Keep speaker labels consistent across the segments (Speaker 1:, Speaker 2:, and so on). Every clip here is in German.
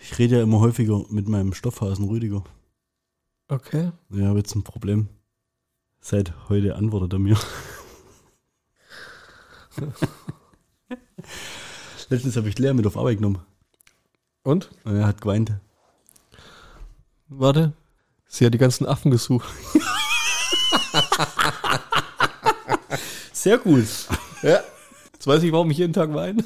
Speaker 1: Ich rede ja immer häufiger mit meinem Stoffhasen Rüdiger.
Speaker 2: Okay.
Speaker 1: Ich habe jetzt ein Problem. Seit heute antwortet er mir. Letztens habe ich Lea mit auf Arbeit genommen.
Speaker 2: Und?
Speaker 1: Und er hat geweint.
Speaker 2: Warte. Sie hat die ganzen Affen gesucht.
Speaker 1: Sehr gut.
Speaker 2: Ja. Jetzt weiß ich, warum ich jeden Tag weine.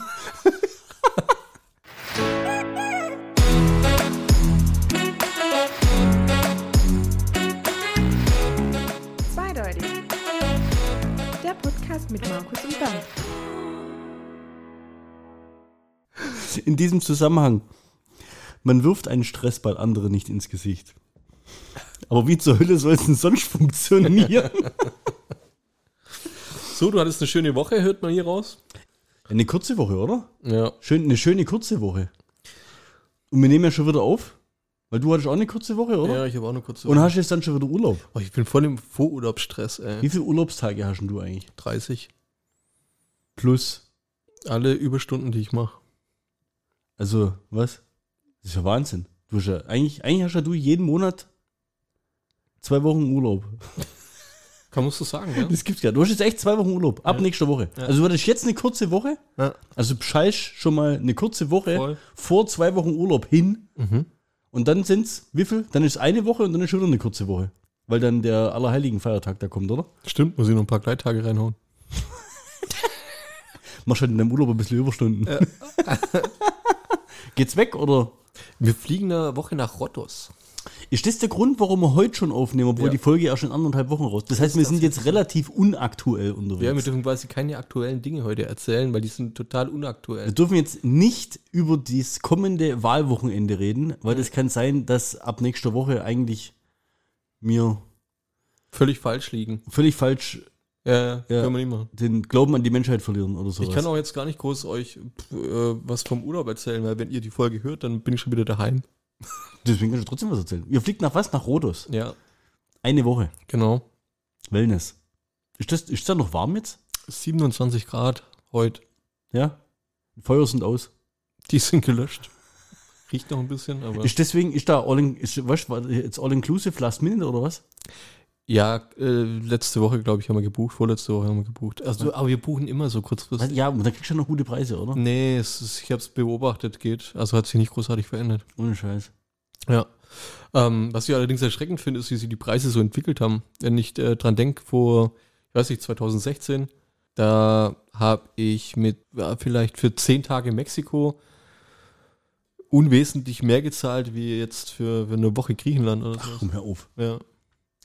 Speaker 3: Zweideutig. Der Podcast mit Markus und Bernd.
Speaker 1: In diesem Zusammenhang, man wirft einen Stressball anderen nicht ins Gesicht. Aber wie zur Hölle soll es denn sonst funktionieren?
Speaker 2: So, du hattest eine schöne Woche, hört man hier raus.
Speaker 1: Eine kurze Woche, oder?
Speaker 2: Ja.
Speaker 1: Schön, eine schöne kurze Woche. Und wir nehmen ja schon wieder auf, weil du hattest auch eine kurze Woche, oder?
Speaker 2: Ja, ich habe auch eine kurze
Speaker 1: Und hast jetzt dann schon wieder Urlaub.
Speaker 2: oh, ich bin voll im Vorurlaubsstress, ey.
Speaker 1: Wie viele Urlaubstage hast denn du eigentlich?
Speaker 2: 30.
Speaker 1: Plus.
Speaker 2: Alle Überstunden, die ich mache.
Speaker 1: Also, was? Das ist ja Wahnsinn. Du hast ja, eigentlich, eigentlich hast ja du jeden Monat zwei Wochen Urlaub.
Speaker 2: Kann man so sagen, ja?
Speaker 1: Das gibt's ja. Du hast jetzt echt zwei Wochen Urlaub. Ab nächster Woche. Also, du hattest jetzt eine kurze Woche.
Speaker 2: Ja.
Speaker 1: Also, du scheißt schon mal eine kurze Woche
Speaker 2: Voll.
Speaker 1: vor zwei Wochen Urlaub hin. Und dann sind's, wie viel? Dann ist eine Woche und dann ist schon wieder eine kurze Woche. Weil dann der Allerheiligen Feiertag da kommt, oder?
Speaker 2: Stimmt, muss ich noch ein paar Gleittage reinhauen.
Speaker 1: Machst halt in deinem Urlaub ein bisschen Überstunden. Geht's weg, oder?
Speaker 2: Wir fliegen eine Woche nach Rottos.
Speaker 1: Ist das der Grund, warum wir heute schon aufnehmen, obwohl
Speaker 2: Ja.
Speaker 1: die Folge ja schon anderthalb Wochen raus? Das heißt, wir sind jetzt relativ unaktuell unterwegs.
Speaker 2: Ja, wir dürfen quasi keine aktuellen Dinge heute erzählen, weil die sind total unaktuell.
Speaker 1: wir dürfen jetzt nicht über das kommende Wahlwochenende reden, weil das kann sein, dass ab nächster Woche eigentlich mir
Speaker 2: Völlig falsch liegen.
Speaker 1: völlig falsch
Speaker 2: Ja, ja, können wir nicht machen.
Speaker 1: den Glauben an die Menschheit verlieren oder sowas.
Speaker 2: Ich kann auch jetzt gar nicht groß euch pf, äh, was vom Urlaub erzählen, weil wenn ihr die Folge hört, dann bin ich schon wieder daheim.
Speaker 1: Deswegen kannst du trotzdem was erzählen. Ihr fliegt nach was? Nach Rhodos.
Speaker 2: Ja,
Speaker 1: Eine Woche.
Speaker 2: genau.
Speaker 1: Wellness. Ist das, ist das noch warm jetzt?
Speaker 2: 27 Grad heute.
Speaker 1: Ja? Feuer sind aus.
Speaker 2: Die sind gelöscht. Riecht noch ein bisschen, aber.
Speaker 1: Ist deswegen, ist da all in, ist, weißt, du, war jetzt all inclusive last minute oder was?
Speaker 2: Ja, äh, letzte Woche, glaube ich, haben wir gebucht. Vorletzte Woche haben wir gebucht. Also, aber wir buchen immer so kurzfristig.
Speaker 1: Ja, und dann kriegst du ja noch gute Preise, oder?
Speaker 2: Nee, es ist, ich habe es beobachtet, geht. Also hat sich nicht großartig verändert.
Speaker 1: Ohne Scheiß.
Speaker 2: Ja. Ähm, was ich allerdings erschreckend finde, ist, wie sie die Preise so entwickelt haben. Wenn ich äh, dran denke, vor, ich weiß nicht, 2016, da habe ich mit ja, vielleicht für zehn Tage Mexiko unwesentlich mehr gezahlt, wie jetzt für, für eine Woche Griechenland oder so.
Speaker 1: Komm, hör auf.
Speaker 2: Ja,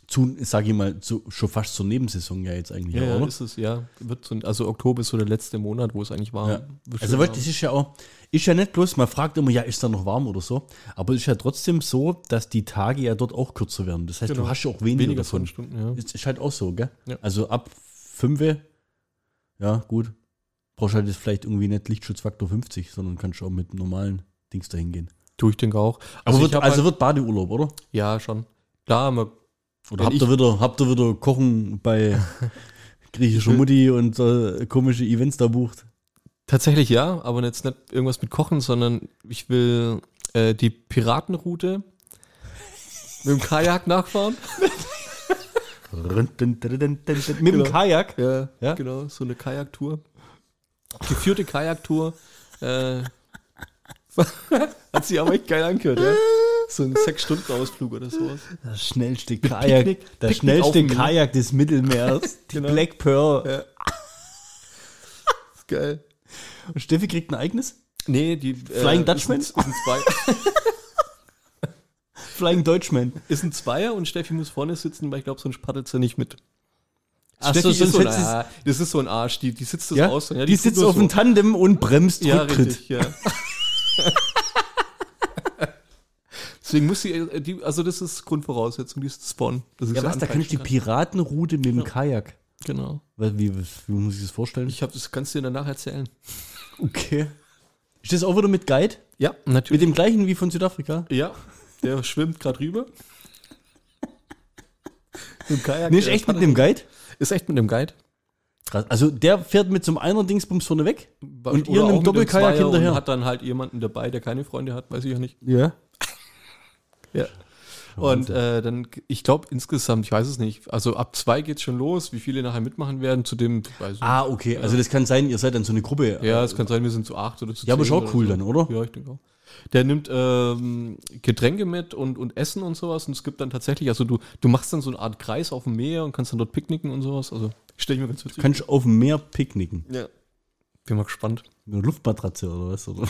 Speaker 1: Zu, sag ich mal, zu, schon fast zur Nebensaison ja jetzt eigentlich,
Speaker 2: ja,
Speaker 1: auch,
Speaker 2: ja
Speaker 1: oder?
Speaker 2: ist es, ja. Wird so, ein- also Oktober ist so der letzte Monat, wo es eigentlich warm
Speaker 1: Ja.
Speaker 2: wird.
Speaker 1: Also, weißt, du, das ist ja auch, ist ja nicht bloß, man fragt immer, ja, ist da noch warm oder so, aber es ist ja trotzdem so, dass die Tage ja dort auch kürzer werden. Das heißt,
Speaker 2: Genau.
Speaker 1: du hast ja auch weniger,
Speaker 2: weniger
Speaker 1: davon.
Speaker 2: Sonnenstunden, ja.
Speaker 1: Ist, ist halt auch so, gell?
Speaker 2: Ja.
Speaker 1: Also ab 5, ja, gut, brauchst halt jetzt vielleicht irgendwie nicht Lichtschutzfaktor 50, sondern kannst auch mit normalen Dings dahin gehen.
Speaker 2: Tue ich denke auch.
Speaker 1: Aber
Speaker 2: ich
Speaker 1: wird,
Speaker 2: hab
Speaker 1: also
Speaker 2: halt,
Speaker 1: wird Badeurlaub, oder?
Speaker 2: ja, schon. Klar, man
Speaker 1: Oder
Speaker 2: Wenn
Speaker 1: habt
Speaker 2: ich-
Speaker 1: ihr, wieder, habt ihr wieder Kochen bei griechischer Mutti und äh, komische Events da bucht?
Speaker 2: Tatsächlich ja, aber jetzt nicht irgendwas mit Kochen, sondern ich will äh, die Piratenroute mit dem Kajak nachfahren.
Speaker 1: Mit dem
Speaker 2: Genau.
Speaker 1: Kajak?
Speaker 2: Ja,
Speaker 1: Ja?
Speaker 2: genau, so eine Kajaktour. Geführte Kajaktour. Äh, hat sich aber echt geil angehört, ja. So ein Sechs-Stunden-Ausflug oder sowas.
Speaker 1: Das schnellste Kajak,
Speaker 2: Picknick-
Speaker 1: das
Speaker 2: Picknick auf
Speaker 1: schnellste
Speaker 2: dem Meer.
Speaker 1: Kajak des Mittelmeers, die
Speaker 2: Genau.
Speaker 1: Black Pearl.
Speaker 2: Ist geil.
Speaker 1: Und Steffi kriegt ein eigenes?
Speaker 2: Nee, die. äh,
Speaker 1: Flying Dutchman?
Speaker 2: Ist ein, ist, ein Zweier,
Speaker 1: Flying Deutschman.
Speaker 2: ist ein Zweier und Steffi muss vorne sitzen, weil ich glaube, sonst paddelt sie nicht mit.
Speaker 1: Ach
Speaker 2: Steffi
Speaker 1: so,
Speaker 2: ist
Speaker 1: sonst
Speaker 2: so ein,
Speaker 1: hättest-
Speaker 2: Ar- das ist so ein Arsch, die, die sitzt das
Speaker 1: Ja?
Speaker 2: aus.
Speaker 1: die, sitzt auf
Speaker 2: dem
Speaker 1: dem Tandem und bremst
Speaker 2: Ja,
Speaker 1: Rücktritt.
Speaker 2: richtig, ja. Deswegen muss sie, äh, die, also das ist Grundvoraussetzung, die ist Spawn. Das ist
Speaker 1: Ja, was, da kann ich die Piratenroute mit dem Kajak.
Speaker 2: Genau.
Speaker 1: Was, Wie, wie muss ich das vorstellen?
Speaker 2: Ich hab, das kannst du dir danach erzählen.
Speaker 1: okay. Ist das auch wieder mit Guide?
Speaker 2: Ja,
Speaker 1: Mit
Speaker 2: natürlich.
Speaker 1: dem gleichen wie von Südafrika?
Speaker 2: Ja, der schwimmt gerade rüber. Mit dem Kajak.
Speaker 1: Nee, ist
Speaker 2: äh,
Speaker 1: echt mit
Speaker 2: paddelt-
Speaker 1: dem Guide?
Speaker 2: Ist echt mit dem Guide.
Speaker 1: krass. Also der fährt mit so einem einer Dingsbums vorne weg und
Speaker 2: Oder
Speaker 1: ihr
Speaker 2: auch mit
Speaker 1: einem
Speaker 2: dem
Speaker 1: Doppelkajak
Speaker 2: Zweier und
Speaker 1: hinterher.
Speaker 2: hat dann halt jemanden dabei, der keine Freunde hat, weiß ich ja nicht.
Speaker 1: ja.
Speaker 2: Ja. Und äh, dann, ich glaube insgesamt, ich weiß es nicht, also ab zwei geht's schon los, wie viele nachher mitmachen werden, zu dem, weiß ich
Speaker 1: Ah, okay. Also das kann sein, ihr seid dann so eine Gruppe.
Speaker 2: nicht. Ja, es kann sein, wir sind zu acht oder zu
Speaker 1: Ja, aber ist
Speaker 2: zehn
Speaker 1: auch
Speaker 2: oder
Speaker 1: cool
Speaker 2: so.
Speaker 1: dann, oder?
Speaker 2: Ja, ich denke auch. Der nimmt ähm, Getränke mit und, und Essen und sowas und es gibt dann tatsächlich, also du, du machst dann so eine Art Kreis auf dem Meer und kannst dann dort picknicken und sowas. Also stelle ich mir ganz witzig.
Speaker 1: Kannst du auf dem Meer picknicken?
Speaker 2: ja. Bin mal gespannt.
Speaker 1: Mit einer Luftmatratze oder was? Oder?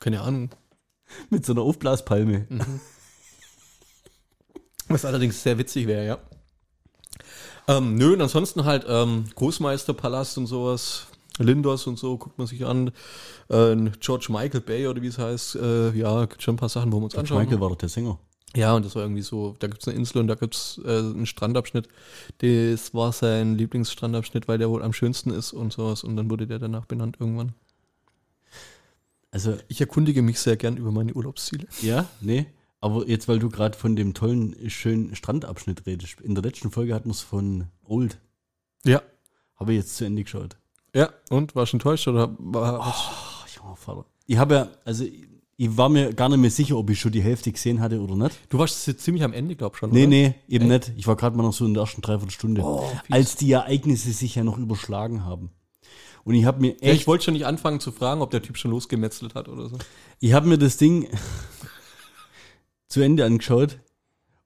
Speaker 2: Keine Ahnung.
Speaker 1: Mit so einer Aufblaspalme.
Speaker 2: Mhm. Was allerdings sehr witzig wäre, ja. Ähm, nö, und ansonsten halt ähm, Großmeisterpalast und sowas, Lindos und so, guckt man sich an. Äh, George Michael Bay oder wie es heißt, äh, ja, gibt schon ein paar Sachen, wo wir uns anschauen.
Speaker 1: Michael war doch der Sänger.
Speaker 2: Ja, und das war irgendwie so, da gibt es eine Insel und da gibt es äh, einen Strandabschnitt. Das war sein Lieblingsstrandabschnitt, weil der wohl am schönsten ist und sowas. Und dann wurde der danach benannt irgendwann.
Speaker 1: Also,
Speaker 2: Ich erkundige mich sehr gern über meine Urlaubsziele.
Speaker 1: ja, nee. Aber jetzt, weil du gerade von dem tollen, schönen Strandabschnitt redest. In der letzten Folge hatten wir es von Old.
Speaker 2: Ja.
Speaker 1: Habe ich jetzt zu Ende geschaut.
Speaker 2: Ja, und warst du enttäuscht oder war,
Speaker 1: Ach, junger Vater. Ich habe ja, also, ich- ich war mir gar nicht mehr sicher, ob ich schon die Hälfte gesehen hatte oder nicht.
Speaker 2: du warst jetzt ziemlich am Ende, glaub schon.
Speaker 1: Nee,
Speaker 2: oder? Oh,
Speaker 1: nee, eben nicht. Ich war gerade mal noch so in der ersten Dreiviertelstunde.
Speaker 2: fies.
Speaker 1: als die Ereignisse sich ja noch überschlagen haben. Und ich habe mir
Speaker 2: Ja, ich
Speaker 1: echt,
Speaker 2: wollte schon nicht anfangen zu fragen, ob der Typ schon losgemetzelt hat oder so.
Speaker 1: ich habe mir das Ding zu Ende angeschaut.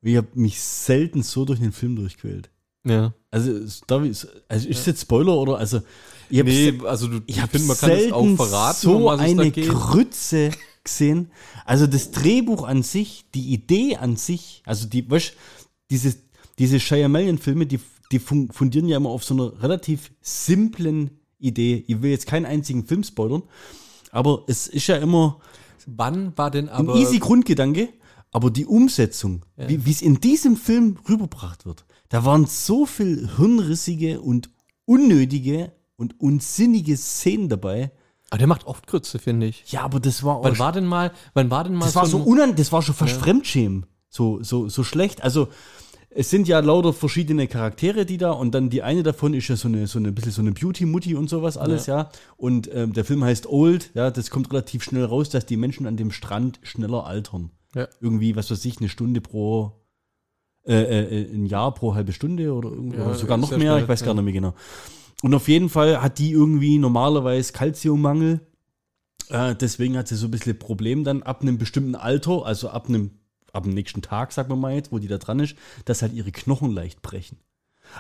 Speaker 1: Und ich habe mich selten so durch den Film durchquält.
Speaker 2: Ja.
Speaker 1: Also, es- darf ich- also ist das jetzt Spoiler oder? Also, ich habe
Speaker 2: Nee, also du,
Speaker 1: ich hab
Speaker 2: finde,
Speaker 1: selten
Speaker 2: um
Speaker 1: so eine Grütze gesehen. Also das Drehbuch an sich, die Idee an sich, also die, weißt, diese, diese Shyamalan-Filme, die, die fun- fundieren ja immer auf so einer relativ simplen Idee. Ich will jetzt keinen einzigen Film spoilern, aber es ist ja immer
Speaker 2: Wann war denn
Speaker 1: ein
Speaker 2: aber.
Speaker 1: easy Grundgedanke, aber die Umsetzung, wie wie es in diesem Film rüberbracht wird, da waren so viel hirnrissige und unnötige und unsinnige Szenen dabei.
Speaker 2: aber der macht oft Grütze, finde ich.
Speaker 1: Ja, aber das war auch.
Speaker 2: Wann war denn mal, wann war denn mal
Speaker 1: Oh, das war so
Speaker 2: ein-
Speaker 1: unan, das war schon fast Fremdschämen. So, so, so schlecht. Also, es sind ja lauter verschiedene Charaktere, die da und dann die eine davon ist ja so eine, so eine ein bisschen so eine Beauty-Mutti und sowas alles, ja. Und ähm, der Film heißt Old, ja, das kommt relativ schnell raus, dass die Menschen an dem Strand schneller altern.
Speaker 2: Ja.
Speaker 1: Irgendwie, was weiß ich, eine Stunde pro, äh, äh, ein Jahr pro halbe Stunde oder irgendwie,
Speaker 2: Ja,
Speaker 1: oder sogar noch
Speaker 2: sehr
Speaker 1: mehr,
Speaker 2: schnell,
Speaker 1: ich weiß
Speaker 2: ja.
Speaker 1: gar nicht mehr genau. Und auf jeden Fall hat die irgendwie normalerweise Kalziummangel. Äh, deswegen hat sie so ein bisschen Problem dann ab einem bestimmten Alter, also ab einem ab dem nächsten Tag, sagen wir mal jetzt, wo die da dran ist, dass halt ihre Knochen leicht brechen.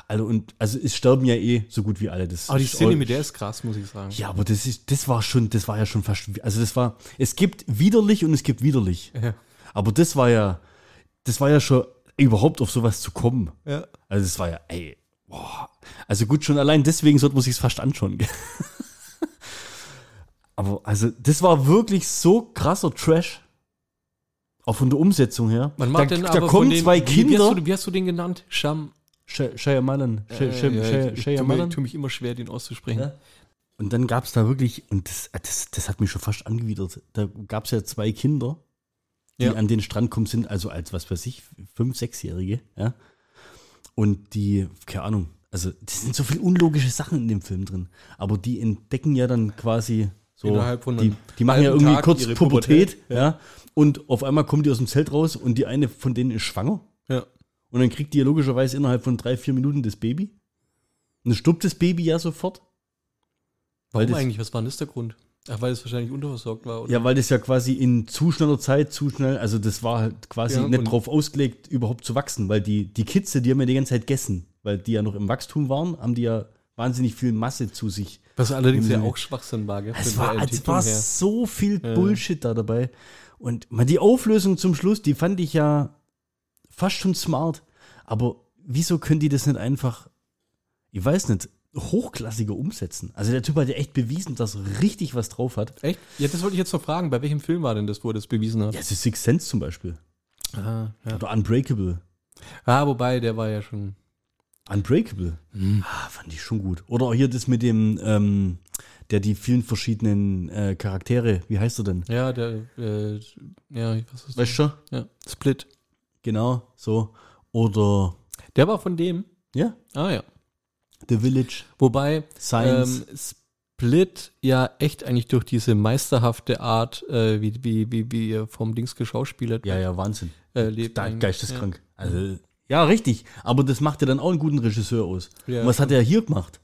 Speaker 1: Also und also es sterben ja eh so gut wie alle. Das
Speaker 2: Aber die
Speaker 1: ist
Speaker 2: Szene
Speaker 1: all-
Speaker 2: mit der ist krass, muss ich sagen.
Speaker 1: ja, aber das ist, das war schon, das war ja schon fast, also das war, es gibt widerlich und es gibt widerlich.
Speaker 2: Ja.
Speaker 1: Aber das war ja, das war ja schon überhaupt auf sowas zu kommen.
Speaker 2: Ja.
Speaker 1: Also das war ja, ey, boah. Also gut, schon allein deswegen sollte man sich's fast anschauen. gell? Aber also, das war wirklich so krasser Trash. Auch von der Umsetzung her.
Speaker 2: Man mag
Speaker 1: da,
Speaker 2: denn
Speaker 1: da
Speaker 2: aber von
Speaker 1: kommen
Speaker 2: dem-
Speaker 1: zwei
Speaker 2: Wie hast,
Speaker 1: Kinder.
Speaker 2: du, wie hast du den genannt? Sham.
Speaker 1: Sh- Shyamalan. Sh- Sh- Sh-
Speaker 2: ja, ich, ich, tu mir,
Speaker 1: Shyamalan.
Speaker 2: tu mich immer schwer, den auszusprechen.
Speaker 1: Ja. Und dann gab's da wirklich, und das, das, das hat mich schon fast angewidert, da gab's ja zwei Kinder, die
Speaker 2: Ja.
Speaker 1: an den Strand kommen sind, also als, was weiß ich, fünf, sechsjährige, ja. Und die, keine Ahnung, also das sind so viel unlogische Sachen in dem Film drin, aber die entdecken ja dann quasi so,
Speaker 2: Innerhalb von
Speaker 1: die,
Speaker 2: einem
Speaker 1: die machen ja
Speaker 2: halben
Speaker 1: irgendwie
Speaker 2: Tag
Speaker 1: kurz
Speaker 2: ihre
Speaker 1: Pubertät,
Speaker 2: Pubertät,
Speaker 1: ja. und auf einmal kommen die aus dem Zelt raus und die eine von denen ist schwanger
Speaker 2: Ja.
Speaker 1: und dann kriegt die ja logischerweise innerhalb von drei, vier Minuten das Baby. Und dann stirbt das Baby ja sofort. Weil
Speaker 2: Warum
Speaker 1: das,
Speaker 2: eigentlich? Was war denn das der Grund? Ach, weil es wahrscheinlich unterversorgt war. Oder?
Speaker 1: ja, weil das ja quasi in zu schneller Zeit, zu schnell, also das war halt quasi
Speaker 2: Ja,
Speaker 1: nicht
Speaker 2: und-
Speaker 1: drauf ausgelegt, überhaupt zu wachsen, weil die, die Kids, die haben ja die ganze Zeit gegessen, weil die ja noch im Wachstum waren, haben die ja wahnsinnig viel Masse zu sich.
Speaker 2: Was allerdings ja
Speaker 1: Mhm.
Speaker 2: auch Schwachsinn war, gell?
Speaker 1: Es
Speaker 2: von der
Speaker 1: war, es
Speaker 2: Entwicklung
Speaker 1: war
Speaker 2: her.
Speaker 1: so viel
Speaker 2: Ja.
Speaker 1: Bullshit da dabei. Und man, die Auflösung zum Schluss, die fand ich ja fast schon smart. Aber wieso können die das nicht einfach, ich weiß nicht, hochklassiger umsetzen? Also der Typ hat ja echt bewiesen, dass er richtig was drauf hat.
Speaker 2: Echt? Ja, das wollte ich jetzt noch fragen. Bei welchem Film war denn das, wo er das bewiesen hat?
Speaker 1: Ja, es ist Six Sense zum Beispiel.
Speaker 2: Ah, ja.
Speaker 1: Oder Unbreakable.
Speaker 2: ah, wobei, der war ja schon.
Speaker 1: Unbreakable.
Speaker 2: Mhm.
Speaker 1: Ah, fand ich schon gut. Oder auch hier das mit dem, ähm, der die vielen verschiedenen äh, Charaktere, wie heißt er denn?
Speaker 2: Ja, der. Äh, ja, ich weiß es nicht.
Speaker 1: Weißt du?
Speaker 2: Ja, Split.
Speaker 1: Genau, so. Oder,
Speaker 2: Der war von dem.
Speaker 1: ja,
Speaker 2: Ah, ja.
Speaker 1: The Village.
Speaker 2: Wobei
Speaker 1: Science.
Speaker 2: ähm, Split ja echt eigentlich durch diese meisterhafte Art, äh, wie, wie, wie, wie er vom Dings geschauspielert
Speaker 1: Ja, ja, Wahnsinn.
Speaker 2: äh, lebt.
Speaker 1: Da,
Speaker 2: eigentlich.
Speaker 1: geisteskrank. Also, ja, richtig. Aber das macht ja dann auch einen guten Regisseur aus.
Speaker 2: Ja,
Speaker 1: Und was hat er hier gemacht?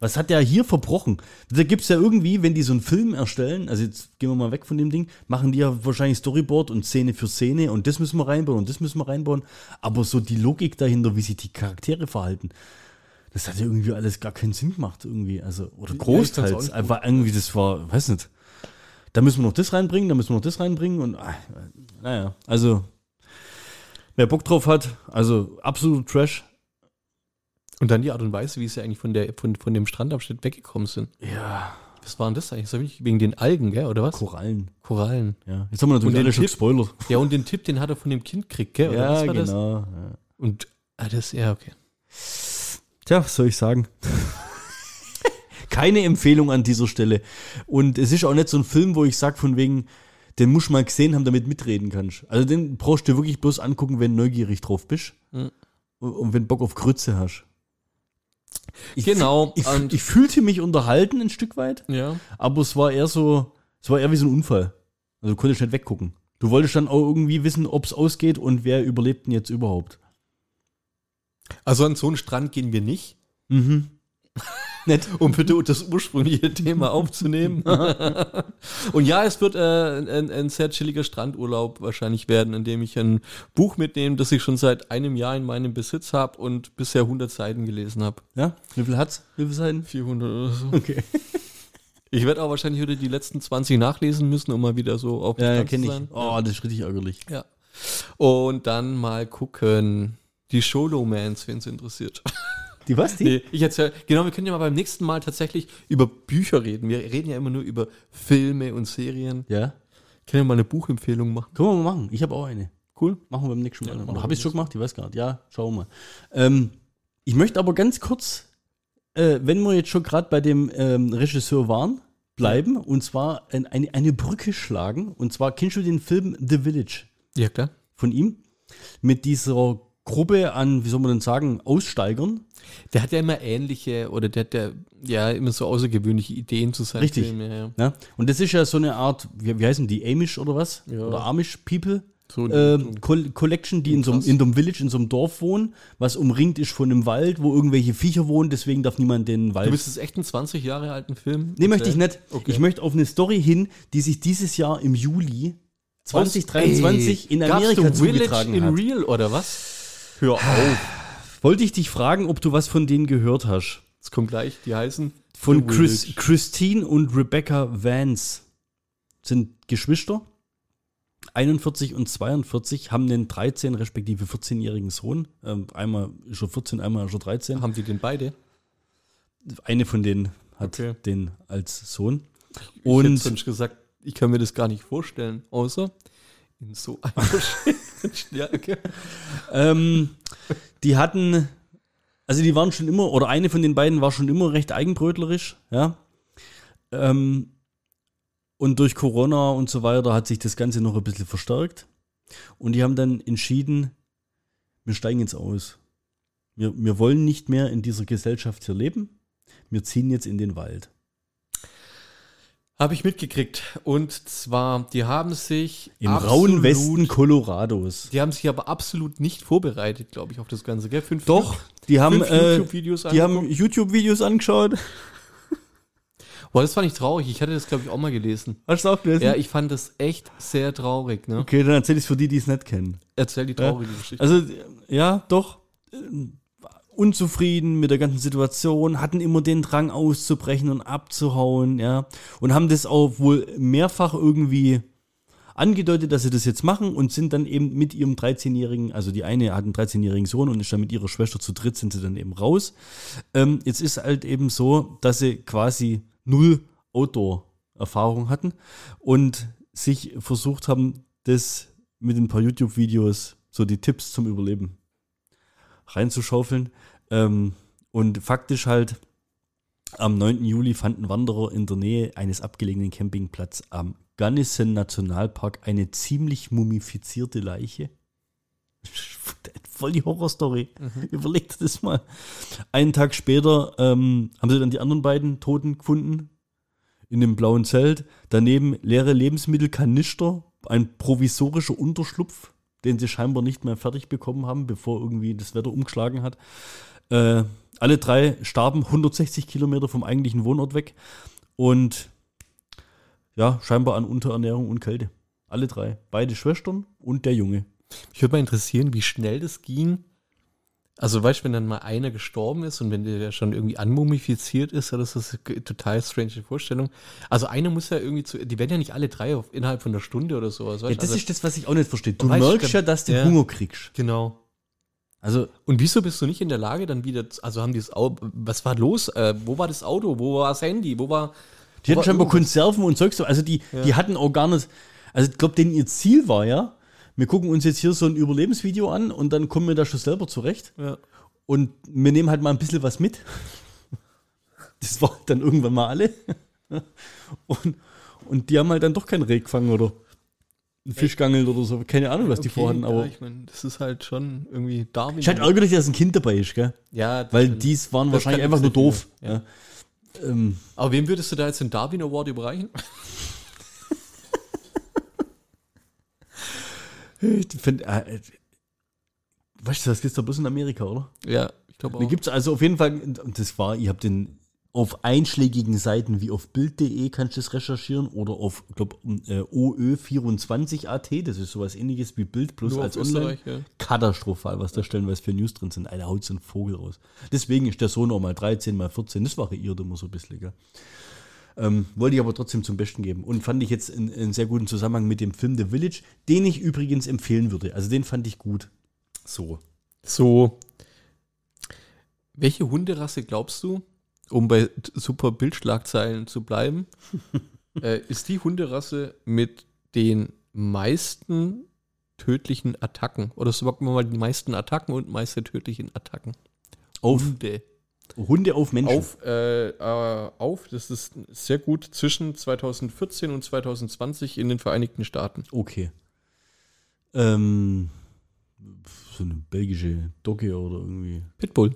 Speaker 1: Was hat er hier verbrochen? Da gibt es ja irgendwie, wenn die so einen Film erstellen, also jetzt gehen wir mal weg von dem Ding, machen die ja wahrscheinlich Storyboard und Szene für Szene und das müssen wir reinbauen und das müssen wir reinbauen. Aber so die Logik dahinter, wie sich die Charaktere verhalten, das hat ja irgendwie alles gar keinen Sinn gemacht irgendwie. Also, oder
Speaker 2: auch
Speaker 1: großteils.
Speaker 2: nicht
Speaker 1: Einfach irgendwie, das war, weiß nicht. Da müssen wir noch das reinbringen, da müssen wir noch das reinbringen und ah, naja, also wer Bock drauf hat, also absolut Trash.
Speaker 2: Und dann die Art und Weise, wie sie eigentlich von, der, von, von dem Strandabschnitt weggekommen sind.
Speaker 1: Ja,
Speaker 2: Was war denn das eigentlich? Das war wirklich wegen den Algen, gell, oder was?
Speaker 1: Korallen.
Speaker 2: Korallen.
Speaker 1: Ja, jetzt haben wir natürlich
Speaker 2: Und den
Speaker 1: alle schon
Speaker 2: Tipp-
Speaker 1: gespoilert.
Speaker 2: Ja, und den Tipp, den hat er von dem Kind gekriegt, gell? Oder was war
Speaker 1: genau.
Speaker 2: das?
Speaker 1: ja.
Speaker 2: Und ah, das, ja, okay.
Speaker 1: Tja, was soll ich sagen? Keine Empfehlung an dieser Stelle. Und es ist auch nicht so ein Film, wo ich sage, von wegen, den musst du mal gesehen haben, damit mitreden kannst. Also den brauchst du wirklich bloß angucken, wenn neugierig drauf bist.
Speaker 2: Mhm.
Speaker 1: Und, und wenn Bock auf Grütze hast. Ich
Speaker 2: Genau,
Speaker 1: fühl- Ich,
Speaker 2: und-
Speaker 1: und ich fühlte mich unterhalten ein Stück weit,
Speaker 2: Ja.
Speaker 1: aber es war eher so, es war eher wie so ein Unfall. Also du konntest nicht weggucken. Du wolltest dann auch irgendwie wissen, ob es ausgeht und wer überlebt denn jetzt überhaupt.
Speaker 2: Also an so einen Strand gehen wir nicht,
Speaker 1: Mhm. Nett.
Speaker 2: um bitte das ursprüngliche Thema aufzunehmen. und ja, es wird äh, ein, ein sehr chilliger Strandurlaub wahrscheinlich werden, in dem ich ein Buch mitnehme, das ich schon seit einem Jahr in meinem Besitz habe und bisher 100 Seiten gelesen habe.
Speaker 1: Ja? Wie viel hat's? Wie viele Seiten?
Speaker 2: 400 oder so.
Speaker 1: Okay.
Speaker 2: Ich werde auch wahrscheinlich heute die letzten 20 nachlesen müssen, um mal wieder so auf dem
Speaker 1: Ja,
Speaker 2: Stand
Speaker 1: kenne ich.
Speaker 2: sein.
Speaker 1: Oh, das ist richtig ärgerlich.
Speaker 2: Ja. Und dann mal gucken. Die Sholomans, wen es interessiert.
Speaker 1: Die was? Die?
Speaker 2: nee, ich erzähl, genau, wir können ja mal beim nächsten Mal tatsächlich über Bücher reden. Wir reden ja immer nur über Filme und Serien.
Speaker 1: Ja.
Speaker 2: Können wir mal eine Buchempfehlung machen?
Speaker 1: Können wir mal machen. Ich habe auch eine.
Speaker 2: Cool.
Speaker 1: Machen wir beim nächsten Mal.
Speaker 2: Ja, machen
Speaker 1: Oder
Speaker 2: wir
Speaker 1: habe ich schon gemacht? Ich weiß gar nicht. Ja, schauen wir mal. Ähm, ich möchte aber ganz kurz, äh, wenn wir jetzt schon gerade bei dem ähm, Regisseur waren, bleiben und zwar ein, eine, eine Brücke schlagen. Und zwar kennst du den Film The Village
Speaker 2: Ja, klar.
Speaker 1: von ihm? Mit dieser Gruppe an, wie soll man denn sagen, Aussteigern.
Speaker 2: Der hat ja immer ähnliche oder der hat ja, ja immer so außergewöhnliche Ideen zu seinen
Speaker 1: Richtig.
Speaker 2: Filmen. Ja, ja.
Speaker 1: Ne? Und das ist ja so eine Art, wie, wie heißen die, Amish oder was?
Speaker 2: Ja.
Speaker 1: Oder Amish People?
Speaker 2: So,
Speaker 1: ähm, Col- Collection, die in so, einem-
Speaker 2: Krass.
Speaker 1: in so einem Village, in so einem Dorf wohnen, was umringt ist von einem Wald, wo irgendwelche Viecher wohnen, deswegen darf niemand den Wald.
Speaker 2: du bist jetzt echt einen 20 Jahre alten Film?
Speaker 1: nee, möchte ich nicht.
Speaker 2: Okay.
Speaker 1: Ich möchte auf eine Story hin, die sich dieses Jahr im Juli 2023 in Amerika
Speaker 2: gab's du Village
Speaker 1: zugetragen
Speaker 2: in
Speaker 1: hat.
Speaker 2: Real oder was? Hör auf.
Speaker 1: Wollte ich dich fragen, ob du was von denen gehört hast?
Speaker 2: Es kommt gleich, die heißen
Speaker 1: Von
Speaker 2: The
Speaker 1: Chris,
Speaker 2: Village.
Speaker 1: Christine und Rebecca Vance. Sind Geschwister. 41 und 42 haben einen 13 respektive 14-jährigen Sohn. Ähm, einmal ist er 14, einmal ist er 13.
Speaker 2: Haben die den beide?
Speaker 1: eine von denen hat
Speaker 2: Okay.
Speaker 1: den als Sohn.
Speaker 2: ich hätte
Speaker 1: Und
Speaker 2: sonst gesagt, ich kann mir das gar nicht vorstellen, außer in so einer Stärke.
Speaker 1: ähm, die hatten, also die waren schon immer, oder eine von den beiden war schon immer recht eigenbrötlerisch, ja. Ähm, und durch Corona und so weiter hat sich das Ganze noch ein bisschen verstärkt. Und die haben dann entschieden, wir steigen jetzt aus. Wir, wir wollen nicht mehr in dieser Gesellschaft hier leben. Wir ziehen jetzt in den Wald.
Speaker 2: Habe ich mitgekriegt. Und zwar, die haben sich
Speaker 1: Im
Speaker 2: absolut-
Speaker 1: rauen Westen Colorados.
Speaker 2: Die haben sich aber absolut nicht vorbereitet, glaube ich, auf das Ganze. Gell? Fünf
Speaker 1: Doch, die haben,
Speaker 2: Fünf
Speaker 1: äh,
Speaker 2: YouTube-Videos
Speaker 1: die haben YouTube-Videos angeschaut.
Speaker 2: Boah, das fand ich traurig. Ich hatte das, glaube ich, auch mal gelesen.
Speaker 1: Hast du auch gelesen?
Speaker 2: Ja, ich fand das echt sehr traurig. Ne?
Speaker 1: okay, dann erzähl ich für die, die es nicht kennen.
Speaker 2: Erzähl die traurige Geschichte.
Speaker 1: Also, ja, doch. ähm, Unzufrieden mit der ganzen Situation, hatten immer den Drang auszubrechen und abzuhauen, ja. Und haben das auch wohl mehrfach irgendwie angedeutet, dass sie das jetzt machen und sind dann eben mit ihrem 13-jährigen, also die eine hat einen 13-jährigen Sohn und ist dann mit ihrer Schwester zu dritt, sind sie dann eben raus. Ähm, jetzt ist halt eben so, dass sie quasi null Outdoor-Erfahrung hatten und sich versucht haben, das mit ein paar YouTube-Videos, so die Tipps zum Überleben reinzuschaufeln. Ähm, und faktisch halt, am 9. Juli fanden Wanderer in der Nähe eines abgelegenen Campingplatzes am Gunnison Nationalpark eine ziemlich mumifizierte Leiche. voll die Horrorstory. Mhm. Überlegt das mal. Einen Tag später ähm, haben sie dann die anderen beiden Toten gefunden. In dem blauen Zelt. Daneben leere Lebensmittelkanister. Ein provisorischer Unterschlupf, den sie scheinbar nicht mehr fertig bekommen haben, bevor irgendwie das Wetter umgeschlagen hat. Äh, alle drei starben 160 Kilometer vom eigentlichen Wohnort weg. Und ja, scheinbar an Unterernährung und Kälte. Alle drei. Beide Schwestern und der Junge.
Speaker 2: Mich würde mal interessieren, wie schnell das ging. Also, weißt du, wenn dann mal einer gestorben ist und wenn der schon irgendwie anmumifiziert ist, das ist eine total strange Vorstellung. Also, einer muss ja irgendwie zu, die werden ja nicht alle drei auf, innerhalb von einer Stunde oder sowas.
Speaker 1: Ja,
Speaker 2: weißt du?
Speaker 1: das
Speaker 2: also,
Speaker 1: ist das, was ich auch nicht verstehe. Du
Speaker 2: Weißt du,
Speaker 1: merkst ja, dass du
Speaker 2: ja.
Speaker 1: Hunger kriegst.
Speaker 2: genau.
Speaker 1: Also,
Speaker 2: Und wieso bist du nicht in der Lage, dann wieder, zu- also haben die das Auto, was war los? Äh, wo war das Auto? Wo war das Handy? Wo war.
Speaker 1: die hatten
Speaker 2: Aber
Speaker 1: scheinbar Konserven und Zeugs. Also, die, die hatten auch gar nicht. Also, ich glaube, denen ihr Ziel war ja, wir gucken uns jetzt hier so ein Überlebensvideo an und dann kommen wir da schon selber zurecht.
Speaker 2: Ja.
Speaker 1: Und wir nehmen halt mal ein bisschen was mit. Das war dann irgendwann mal alle. Und, und die haben halt dann doch keinen Reh gefangen oder einen Fisch geangelt oder so. Keine Ahnung, was die
Speaker 2: Okay,
Speaker 1: vorhatten,
Speaker 2: ja,
Speaker 1: aber.
Speaker 2: ich meine, das ist halt schon irgendwie Darwin.
Speaker 1: Ich hatte ärgerlich, dass ein Kind dabei ist, gell?
Speaker 2: ja, das
Speaker 1: Weil
Speaker 2: stimmt.
Speaker 1: dies waren
Speaker 2: Das
Speaker 1: wahrscheinlich
Speaker 2: kann
Speaker 1: einfach nur
Speaker 2: nicht so
Speaker 1: doof.
Speaker 2: viel,
Speaker 1: Ja. Ähm,
Speaker 2: Aber wem würdest du da jetzt den Darwin Award überreichen?
Speaker 1: ich find, äh, äh, weißt du, das gibt's doch bloß in Amerika, oder?
Speaker 2: Ja, ich glaube
Speaker 1: Da gibt's also auf jeden Fall, und das war, ihr habt den auf einschlägigen Seiten wie auf Bild.de kannst du das recherchieren oder auf, äh, ich glaube, OÖ24.at, das ist sowas ähnliches wie Bild plus
Speaker 2: Nur
Speaker 1: als
Speaker 2: auf
Speaker 1: online.
Speaker 2: Österreich, ja.
Speaker 1: Katastrophal, was da stellenweise für News drin sind. Alter, haut so ein Vogel raus. Deswegen ist der Sohn auch mal 13, mal 14. Das variiert immer so ein bisschen, gell? Ähm, wollte ich aber trotzdem zum Besten geben. Und fand ich jetzt in, in sehr guten Zusammenhang mit dem Film The Village, den ich übrigens empfehlen würde. Also den fand ich gut. So.
Speaker 2: So. Welche Hunderasse glaubst du, um bei t- super Bildschlagzeilen zu bleiben, äh, ist die Hunderasse mit den meisten tödlichen Attacken? Oder sagen wir mal die meisten Attacken und meiste tödlichen Attacken?
Speaker 1: Auf
Speaker 2: Hunde.
Speaker 1: Hunde auf Menschen.
Speaker 2: Auf, äh, äh, auf, das ist sehr gut, zwischen 2014 und 2020 in den Vereinigten Staaten.
Speaker 1: Okay. Ähm, so eine belgische Dogge oder irgendwie.
Speaker 2: Pitbull.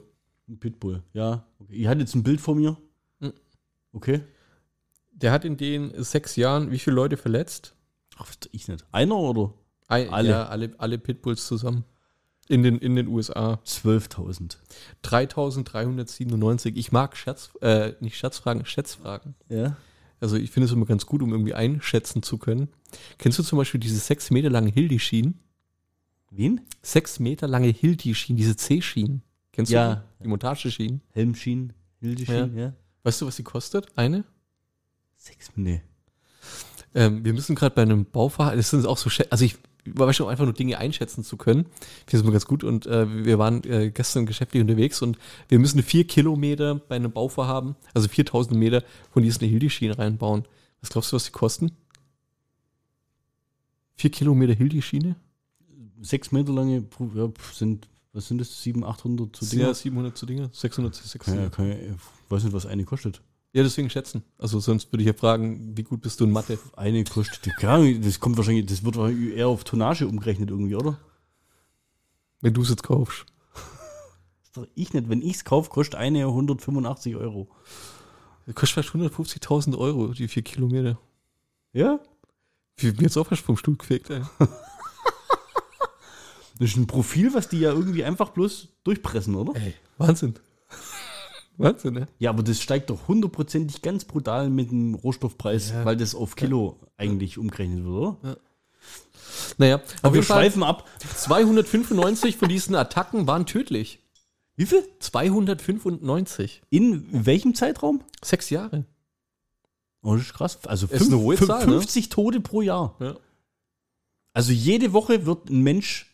Speaker 1: Ein Pitbull, ja. Okay. Ihr hattet jetzt ein Bild von mir.
Speaker 2: Mhm.
Speaker 1: Okay.
Speaker 2: Der hat in den sechs Jahren wie viele Leute verletzt?
Speaker 1: Ach, was- ich nicht. Einer oder?
Speaker 2: Ein,
Speaker 1: Alle.
Speaker 2: alle. Ja, alle, alle Pitbulls zusammen. In den, in den USA.
Speaker 1: 12.000.
Speaker 2: 3397. Ich mag Scherz, äh, nicht Scherzfragen, Schätzfragen.
Speaker 1: Ja.
Speaker 2: Also ich finde es immer ganz gut, um irgendwie einschätzen zu können. Kennst du zum Beispiel diese sechs Meter lange Hildi-Schienen?
Speaker 1: Wen?
Speaker 2: Sechs Meter lange Hildi-Schienen, diese C-Schienen. Kennst
Speaker 1: Ja.
Speaker 2: du die? Die Montageschienen.
Speaker 1: Helmschien, Hildeschien, ja. ja.
Speaker 2: Weißt du, was die kostet? Eine?
Speaker 1: Sechs, nee.
Speaker 2: Ähm, wir müssen gerade bei einem Baufach, das sind auch so, Schä- also ich war schon um einfach nur Dinge einschätzen zu können. Ich finde es immer ganz gut und äh, wir waren äh, gestern geschäftlich unterwegs und wir müssen vier Kilometer bei einem Bauvorhaben, also 4000 Meter von diesen Hildi-Schienen reinbauen. Was glaubst du, was die kosten? Vier Kilometer Hildi-Schiene?
Speaker 1: Sechs Meter lange puh, ja, pf, sind, was sind das, 700, 800 zu
Speaker 2: Sind ja
Speaker 1: Dinger?
Speaker 2: 700 zu Dinger, 600 zu
Speaker 1: Kann
Speaker 2: 600.
Speaker 1: ja, kann ja, ich weiß nicht, was eine kostet.
Speaker 2: Ja, deswegen schätzen. Also sonst würde ich ja fragen, wie gut bist du in Mathe?
Speaker 1: Eine kostet, keine Ahnung, das kommt wahrscheinlich, das wird wahrscheinlich eher auf Tonnage umgerechnet irgendwie, oder?
Speaker 2: Wenn du es jetzt kaufst.
Speaker 1: Das doch ich nicht. Wenn ich es kaufe, kostet eine 185 Euro.
Speaker 2: Kostet fast 150.000 Euro, die vier Kilometer.
Speaker 1: Ja?
Speaker 2: Wie bin jetzt auch fast vom Stuhl gefegt, ey.
Speaker 1: Das ist ein Profil, was die ja irgendwie einfach bloß durchpressen, oder?
Speaker 2: Ey, Wahnsinn. Wahnsinn, ne?
Speaker 1: Ja, aber das steigt doch hundertprozentig ganz brutal mit dem Rohstoffpreis,
Speaker 2: Ja.
Speaker 1: weil das auf Kilo eigentlich umgerechnet wird, oder?
Speaker 2: Naja,
Speaker 1: Aber
Speaker 2: auf
Speaker 1: wir
Speaker 2: jeden Fall,
Speaker 1: schweifen ab.
Speaker 2: 295 von diesen Attacken waren tödlich.
Speaker 1: Wie viel?
Speaker 2: 295.
Speaker 1: In welchem Zeitraum?
Speaker 2: Sechs Jahre.
Speaker 1: Oh, das ist krass. Also
Speaker 2: Ist eine hohe
Speaker 1: fünf-
Speaker 2: Zahl, ne?
Speaker 1: 50 Tote pro Jahr.
Speaker 2: Ja.
Speaker 1: Also jede Woche wird ein Mensch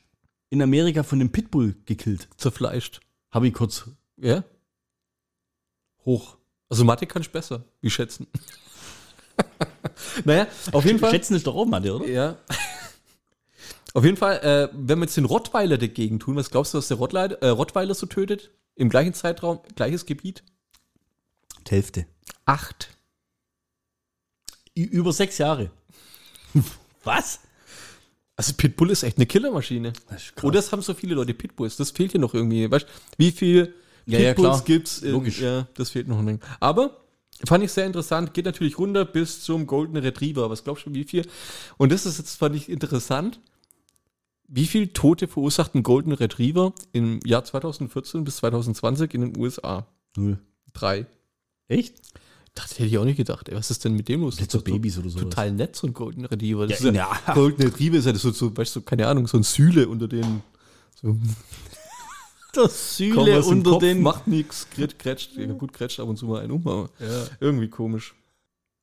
Speaker 1: in Amerika von einem Pitbull gekillt.
Speaker 2: Zerfleischt.
Speaker 1: Habe ich kurz
Speaker 2: Ja?
Speaker 1: hoch.
Speaker 2: Also Mathe kannst du besser, wie schätzen. naja, auf jeden Fall.
Speaker 1: Schätzen ist doch auch mal, oder?
Speaker 2: Ja. Auf jeden Fall, äh, wenn wir jetzt den Rottweiler dagegen tun, was glaubst du, was der Rottweiler, äh, Rottweiler so tötet? Im gleichen Zeitraum, gleiches Gebiet?
Speaker 1: Die Hälfte.
Speaker 2: Acht.
Speaker 1: Ü- Über sechs Jahre. Was?
Speaker 2: Also Pitbull ist echt eine Killermaschine.
Speaker 1: Das ist krass.
Speaker 2: Oder es haben so viele Leute Pitbulls. Das fehlt hier noch irgendwie. Weißt wie viel
Speaker 1: Ja, ja, klar.
Speaker 2: gibt's? in-
Speaker 1: Logisch.
Speaker 2: Ja, das fehlt noch ein wenig. Aber fand ich sehr interessant. Geht natürlich runter bis zum Golden Retriever. Was glaubst du, wie viel? Und das ist jetzt fand ich interessant. Wie viel Tote verursacht ein Golden Retriever im Jahr 2014 bis 2020 in den USA?
Speaker 1: Null.
Speaker 2: Drei.
Speaker 1: Echt?
Speaker 2: Das hätte ich auch nicht gedacht. Ey, was ist denn mit dem los?
Speaker 1: Jetzt so
Speaker 2: Das ist doch
Speaker 1: Babys oder so.
Speaker 2: Total nett, so ein Golden Retriever. Das
Speaker 1: Ja,
Speaker 2: ist ja,
Speaker 1: ja.
Speaker 2: Golden Retriever ist ja so, so, weißt du, keine Ahnung, so ein Sühle unter den. So,
Speaker 1: Das
Speaker 2: kaum
Speaker 1: Sühle
Speaker 2: was im
Speaker 1: unter
Speaker 2: Kopf,
Speaker 1: den.
Speaker 2: Macht nichts, kretscht. Ja, gut, kretscht ab und zu mal einen um, aber irgendwie komisch.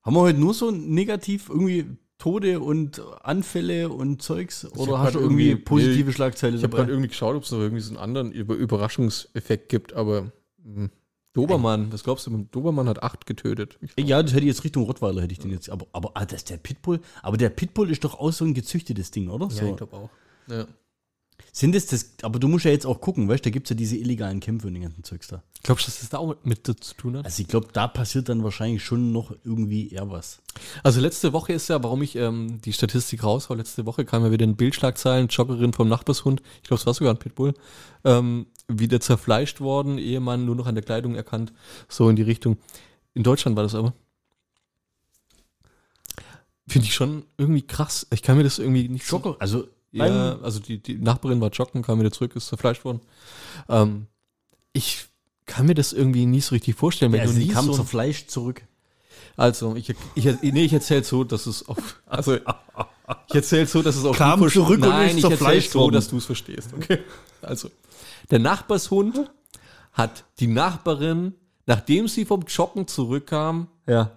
Speaker 1: Haben wir heute nur so negativ irgendwie Tode und Anfälle und Zeugs? Oder
Speaker 2: hab
Speaker 1: hast
Speaker 2: grad
Speaker 1: du irgendwie
Speaker 2: halt irgendwie-
Speaker 1: positive
Speaker 2: nee,
Speaker 1: Schlagzeile
Speaker 2: Ich habe gerade
Speaker 1: dabei?
Speaker 2: irgendwie geschaut, ob es noch irgendwie so einen anderen Über Überraschungseffekt gibt, aber. mh. Dobermann, was glaubst du? Dobermann hat acht getötet.
Speaker 1: Ja, das hätte ich jetzt Richtung Rottweiler, hätte ich den jetzt. Aber, aber ah, das ist der Pitbull. Aber der Pitbull ist doch auch so ein gezüchtetes Ding, oder? so.
Speaker 2: glaube auch. Ja.
Speaker 1: Sind es das, aber du musst ja jetzt auch gucken, weißt du, da gibt es ja diese illegalen Kämpfe und den ganzen Zeugs da.
Speaker 2: Glaubst du, dass das da auch mit zu tun hat?
Speaker 1: Also ich glaube, da passiert dann wahrscheinlich schon noch irgendwie eher was.
Speaker 2: Also letzte Woche ist ja, warum ich ähm, die Statistik raushau, letzte Woche kam ja wieder in Bildschlagzeilen, Joggerin vom Nachbarshund, ich glaube es war sogar ein Pitbull, ähm, wieder zerfleischt worden, Ehemann nur noch an der Kleidung erkannt, so in die Richtung. In Deutschland war das aber. Finde ich schon irgendwie krass. Ich kann mir das irgendwie nicht so-
Speaker 1: Schocker, also
Speaker 2: ja,
Speaker 1: beim-
Speaker 2: also die, die Nachbarin war joggen, kam wieder zurück, ist zerfleischt worden. Ähm, ich kann mir das irgendwie nie so richtig vorstellen.
Speaker 1: also die
Speaker 2: nie
Speaker 1: kamen
Speaker 2: so ein-
Speaker 1: zerfleischt zurück.
Speaker 2: also, ich, ich, nee, ich erzähle so, dass es auf. Also, ich erzähle so, dass es auf.
Speaker 1: Kam
Speaker 2: du verste-
Speaker 1: zurück und
Speaker 2: Nein,
Speaker 1: ist
Speaker 2: ich erzähle
Speaker 1: zerfleischt
Speaker 2: so,
Speaker 1: worden.
Speaker 2: dass du es verstehst. Okay. Also, der Nachbarshund hat die Nachbarin, nachdem sie vom Joggen zurückkam,
Speaker 1: Ja.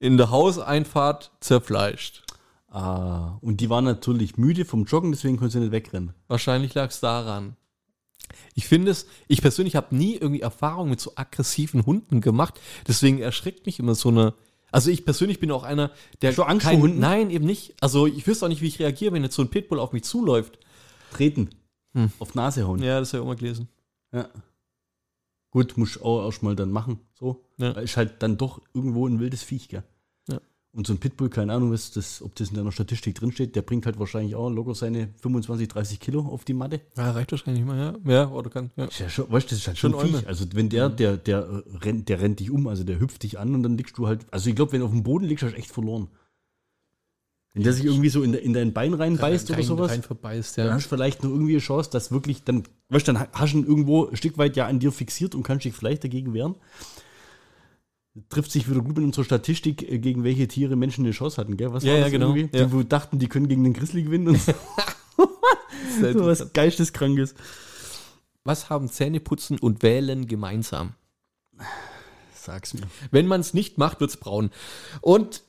Speaker 2: in der Hauseinfahrt zerfleischt.
Speaker 1: Ah, und die waren natürlich müde vom Joggen, deswegen konnten sie nicht wegrennen.
Speaker 2: Wahrscheinlich lag es daran. Ich finde es, ich persönlich habe nie irgendwie Erfahrung mit so aggressiven Hunden gemacht. Deswegen erschreckt mich immer so eine. Also ich persönlich bin auch einer, der.
Speaker 1: Hast du Angst vor
Speaker 2: kein,
Speaker 1: Hunden?
Speaker 2: Nein, eben nicht. Also ich wüsste auch nicht, wie ich reagiere, wenn jetzt so ein Pitbull auf mich zuläuft.
Speaker 1: Treten. Auf Nase hauen.
Speaker 2: Ja, das habe ich auch mal gelesen.
Speaker 1: Ja. Gut, muss ich auch erstmal dann machen. So.
Speaker 2: Ja.
Speaker 1: Weil Ist halt dann doch irgendwo ein wildes Viech, gell?
Speaker 2: Ja.
Speaker 1: Und so ein Pitbull, keine Ahnung, was das, ob das in deiner Statistik drinsteht, der bringt halt wahrscheinlich auch locker seine 25, 30 Kilo auf die Matte.
Speaker 2: Ja, reicht wahrscheinlich mal, ja. Ja, oder kann. Ja.
Speaker 1: Ist ja schon, weißt, du, das ist halt
Speaker 2: Schon
Speaker 1: schon ein Viech.
Speaker 2: Eule.
Speaker 1: Also wenn der, der, der äh, rennt, der rennt dich um, also der hüpft dich an und dann liegst du halt. Also ich glaube, wenn du auf dem Boden liegst, hast du echt verloren. Wenn der sich irgendwie so in, de- in dein Bein reinbeißt oder sowas,
Speaker 2: Rein verbeißt,
Speaker 1: dann
Speaker 2: ja.
Speaker 1: hast du vielleicht noch irgendwie eine Chance, dass wirklich, dann, weißt du, dann ha- hast du ihn irgendwo ein Stück weit ja an dir fixiert und kannst dich vielleicht dagegen wehren. Trifft sich wieder gut mit unserer Statistik, äh, gegen welche Tiere Menschen eine Chance hatten, gell? Was
Speaker 2: Ja, ja, genau.
Speaker 1: irgendwie?
Speaker 2: Ja.
Speaker 1: Die, wo dachten, die können gegen den Grizzly gewinnen und so was Geisteskrankes.
Speaker 2: Was haben Zähneputzen und Wählen gemeinsam?
Speaker 1: Sag's mir.
Speaker 2: Wenn man es nicht macht, wird's braun. Und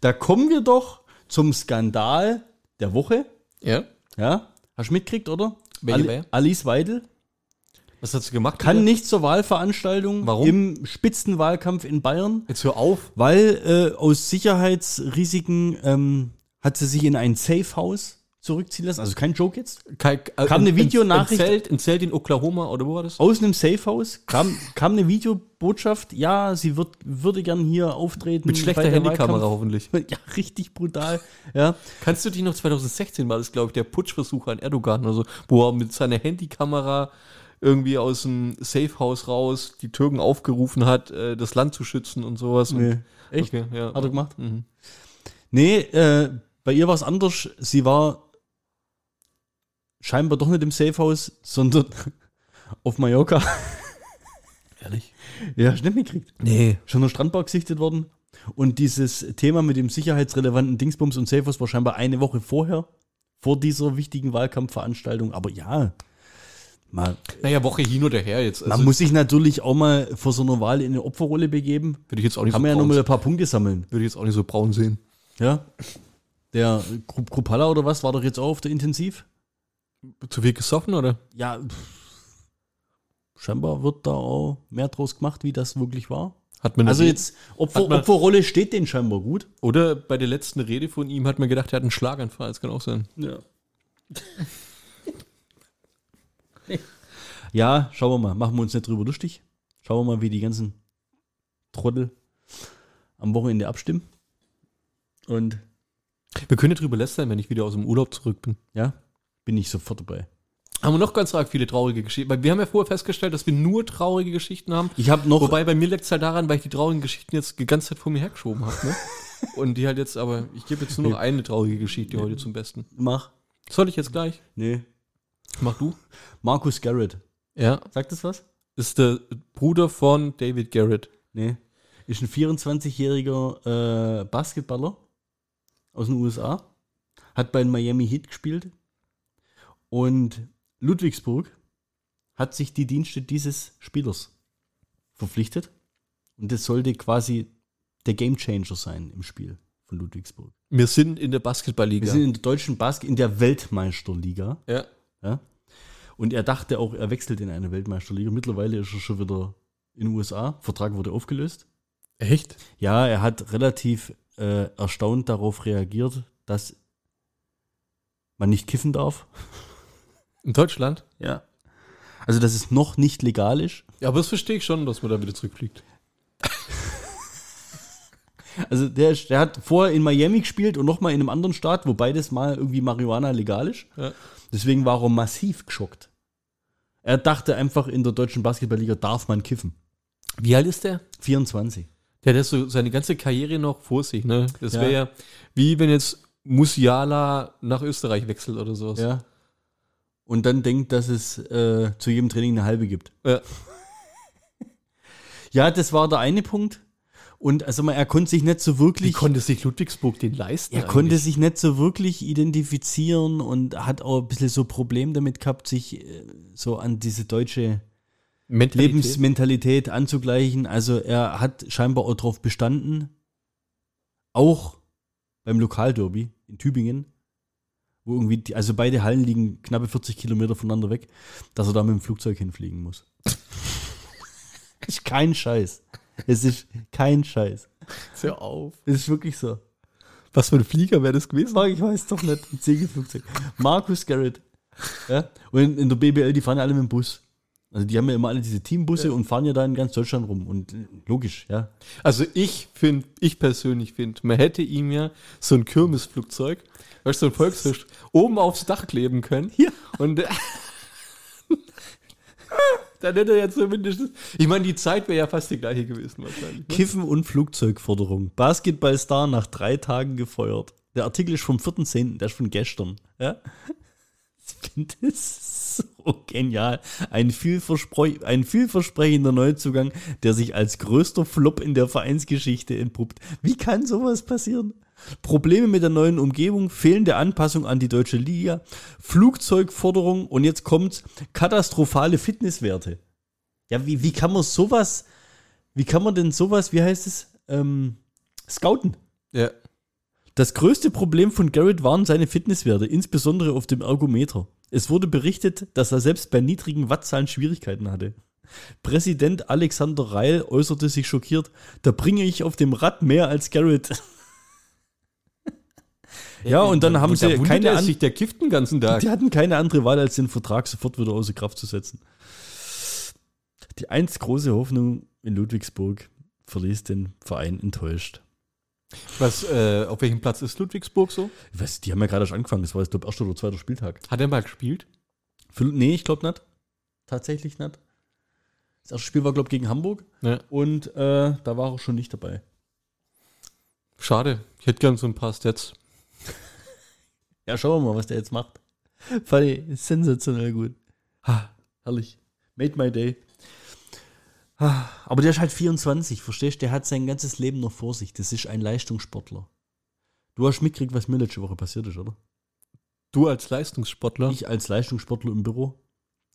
Speaker 1: Da kommen wir doch zum Skandal der Woche.
Speaker 2: ja,
Speaker 1: Ja, hast du mitgekriegt, oder?
Speaker 2: Welche war?
Speaker 1: Alice Weidel
Speaker 2: was hast du gemacht?
Speaker 1: kann
Speaker 2: Peter?
Speaker 1: nicht zur Wahlveranstaltung
Speaker 2: Warum?
Speaker 1: im Spitzenwahlkampf in Bayern,
Speaker 2: Jetzt hör auf.
Speaker 1: weil äh, aus Sicherheitsrisiken ähm, hat sie sich in ein Safe-Haus zurückziehen lassen. Also kein Joke jetzt.
Speaker 2: Kam Oh,
Speaker 1: Kam eine Videonachricht-
Speaker 2: Ein Zelt, ein Zelt in Oklahoma oder wo war das?
Speaker 1: Aus einem Safe-Haus kam, kam eine Videobotschaft, ja, sie wird, würde gern hier auftreten.
Speaker 2: Mit schlechter
Speaker 1: bei der
Speaker 2: Handykamera
Speaker 1: Wahlkampf-
Speaker 2: hoffentlich.
Speaker 1: Ja, richtig brutal. Ja,
Speaker 2: Kannst du dich noch 2016 war das, glaube ich, der Putschversuch an Erdogan oder so, wo er mit seiner Handykamera irgendwie aus dem Safehouse raus die Türken aufgerufen hat, äh, das Land zu schützen und sowas.
Speaker 1: Nee.
Speaker 2: Und,
Speaker 1: echt?
Speaker 2: Okay, ja.
Speaker 1: Hat er gemacht?
Speaker 2: Mhm.
Speaker 1: Nee, äh, bei ihr war es anders. Sie war scheinbar doch nicht im Safehouse, sondern auf Mallorca.
Speaker 2: Ehrlich?
Speaker 1: Ja, hast du nicht mitgekriegt.
Speaker 2: Nee.
Speaker 1: Schon am Strandbar gesichtet worden. Und dieses Thema mit dem sicherheitsrelevanten Dingsbums und Safehouse war scheinbar eine Woche vorher, vor dieser wichtigen Wahlkampfveranstaltung. Aber ja, mal,
Speaker 2: Naja, Woche hin oder her jetzt. Also,
Speaker 1: man muss sich natürlich auch mal vor so einer Wahl in eine Opferrolle begeben.
Speaker 2: würde ich jetzt auch nicht
Speaker 1: Kann man ja
Speaker 2: braun
Speaker 1: nochmal
Speaker 2: sehen.
Speaker 1: ein paar Punkte sammeln.
Speaker 2: würde ich jetzt auch nicht so braun sehen.
Speaker 1: Ja. Der Kru- Krupalla oder was war doch jetzt auch auf der Intensiv?
Speaker 2: Zu viel gesoffen oder?
Speaker 1: ja, pff, scheinbar wird da auch mehr draus gemacht, wie das wirklich war.
Speaker 2: Hat man
Speaker 1: Also
Speaker 2: eine-
Speaker 1: jetzt, Opfer,
Speaker 2: Hat man-
Speaker 1: Opferrolle steht denen scheinbar gut.
Speaker 2: oder bei der letzten Rede von ihm hat man gedacht, er hat einen Schlaganfall. Das kann auch sein.
Speaker 1: Ja. ja, schauen wir mal. Machen wir uns nicht drüber lustig. Schauen wir mal, wie die ganzen Trottel am Wochenende abstimmen. Und
Speaker 2: Wir können ja drüber lästern, wenn ich wieder aus dem Urlaub zurück bin.
Speaker 1: ja, bin ich sofort dabei.
Speaker 2: Haben wir noch ganz arg viele traurige Geschichten. Weil wir haben ja vorher festgestellt, dass wir nur traurige Geschichten haben.
Speaker 1: Ich habe noch.
Speaker 2: Wobei bei mir liegt es halt daran, weil ich die traurigen Geschichten jetzt die ganze Zeit vor mir hergeschoben habe. Ne? Und die halt jetzt, aber ich gebe jetzt nur noch eine traurige Geschichte heute zum Besten.
Speaker 1: mach.
Speaker 2: Soll ich jetzt gleich?
Speaker 1: Nee.
Speaker 2: Mach du.
Speaker 1: Markus Garrett.
Speaker 2: Ja.
Speaker 1: Sagt das was?
Speaker 2: Ist der Bruder von David Garrett.
Speaker 1: Nee. Ist ein 24-jähriger äh, Basketballer aus den USA. Hat bei den Miami Heat gespielt. Und Ludwigsburg hat sich die Dienste dieses Spielers verpflichtet. Und das sollte quasi der Gamechanger sein im Spiel von Ludwigsburg.
Speaker 2: Wir sind in der
Speaker 1: Wir
Speaker 2: Basketballliga.
Speaker 1: sind in der deutschen Basket, in der Weltmeisterliga.
Speaker 2: ja.
Speaker 1: Ja? Und er dachte auch, er wechselt in eine Weltmeisterliga. Mittlerweile ist er schon wieder in den USA. Vertrag wurde aufgelöst.
Speaker 2: Echt?
Speaker 1: Ja, er hat relativ äh, erstaunt darauf reagiert, dass man nicht kiffen darf.
Speaker 2: In Deutschland?
Speaker 1: Ja. Also, dass es noch nicht legal ist.
Speaker 2: Ja, aber das verstehe ich schon, dass man da wieder zurückfliegt.
Speaker 1: Also, der, ist- der hat vorher in Miami gespielt und nochmal in einem anderen Staat, wo beides mal irgendwie Marihuana legal ist.
Speaker 2: Ja.
Speaker 1: Deswegen war er massiv geschockt. Er dachte einfach, in der deutschen Basketballliga darf man kiffen.
Speaker 2: Wie alt ist der?
Speaker 1: 24.
Speaker 2: Der hat so seine ganze Karriere noch vor sich, ne? Das
Speaker 1: Ja.
Speaker 2: wäre ja wie wenn jetzt Musiala nach Österreich wechselt oder sowas.
Speaker 1: Ja. Und dann denkt, dass es äh, zu jedem Training eine halbe gibt.
Speaker 2: Ja.
Speaker 1: Ja, das war der eine Punkt. Und also man, er konnte sich nicht so wirklich.
Speaker 2: Wie konnte sich Ludwigsburg den leisten?
Speaker 1: er konnte sich nicht so wirklich identifizieren und hat auch ein bisschen so Problem damit gehabt, sich äh, so an diese deutsche
Speaker 2: Lebens
Speaker 1: Lebensmentalität anzugleichen. Also er hat scheinbar auch darauf bestanden, auch beim Lokalderby in Tübingen, wo irgendwie, die, also beide Hallen liegen knappe 40 Kilometer voneinander weg, dass er da mit dem Flugzeug hinfliegen muss. ist kein Scheiß. Es ist kein Scheiß.
Speaker 2: Hör auf.
Speaker 1: Es ist wirklich so.
Speaker 2: Was für ein Flieger wäre das gewesen?
Speaker 1: Mag ich weiß doch nicht. Ein Segelflugzeug. Markus Garrett. Ja? Und in, in der BBL, die fahren ja alle mit dem Bus. Also die haben ja immer alle diese Teambusse und fahren ja da in ganz Deutschland rum. Und äh, logisch, ja.
Speaker 2: Also ich finde, ich persönlich finde, man hätte ihm ja so ein Kirmesflugzeug, weißt du, so ein Volksfisch, oben aufs Dach kleben können.
Speaker 1: Ja.
Speaker 2: Und äh, dann hätte er ja zumindest. Ich meine, die Zeit wäre ja fast die gleiche gewesen wahrscheinlich. Ne?
Speaker 1: Kiffen und Flugzeugforderung. Basketballstar nach drei Tagen gefeuert. Der Artikel ist vom 4.10., der ist von gestern. Ja? Ich finde das so genial. Ein, vielverspre ein vielversprechender Neuzugang, der sich als größter Flop in der Vereinsgeschichte entpuppt. Wie kann sowas passieren? Probleme mit der neuen Umgebung, fehlende Anpassung an die deutsche Liga, Flugzeugforderung und jetzt kommt's, katastrophale Fitnesswerte. Ja, wie, wie kann man sowas wie kann man denn sowas, wie heißt es, ähm, scouten?
Speaker 2: Ja.
Speaker 1: Das größte Problem von Garrett waren seine Fitnesswerte, insbesondere auf dem Ergometer. Es wurde berichtet, dass er selbst bei niedrigen Wattzahlen Schwierigkeiten hatte. Präsident Alexander Reil äußerte sich schockiert, da bringe ich auf dem Rad mehr als Garrett. ja, und dann haben sie
Speaker 2: Äh, da wundert
Speaker 1: keine
Speaker 2: er
Speaker 1: An
Speaker 2: sich, der kifft den ganzen Tag.
Speaker 1: die hatten keine andere Wahl, als den Vertrag sofort wieder außer Kraft zu setzen. Die einst große Hoffnung in Ludwigsburg verließ den Verein enttäuscht.
Speaker 2: Was, äh, auf welchem Platz ist Ludwigsburg so?
Speaker 1: Ich weiß, die haben ja gerade erst angefangen. Das war jetzt, glaube ich, erster oder zweiter Spieltag.
Speaker 2: Hat er mal gespielt?
Speaker 1: Für, nee, ich glaube nicht. Tatsächlich nicht. Das erste Spiel war, glaube ich, gegen Hamburg.
Speaker 2: Ja.
Speaker 1: Und äh, da war er schon nicht dabei.
Speaker 2: Schade. Ich hätte gern so ein paar Stats.
Speaker 1: Ja, schauen wir mal, was der jetzt macht. Fand ich sensationell gut. Ha, herrlich. Made my day. Ha, aber der ist halt 24, verstehst du? Der hat sein ganzes Leben noch vor sich. Das ist ein Leistungssportler. Du hast mitgekriegt, was mir letzte Woche passiert ist, oder?
Speaker 2: Du als Leistungssportler,
Speaker 1: Ich als Leistungssportler im Büro.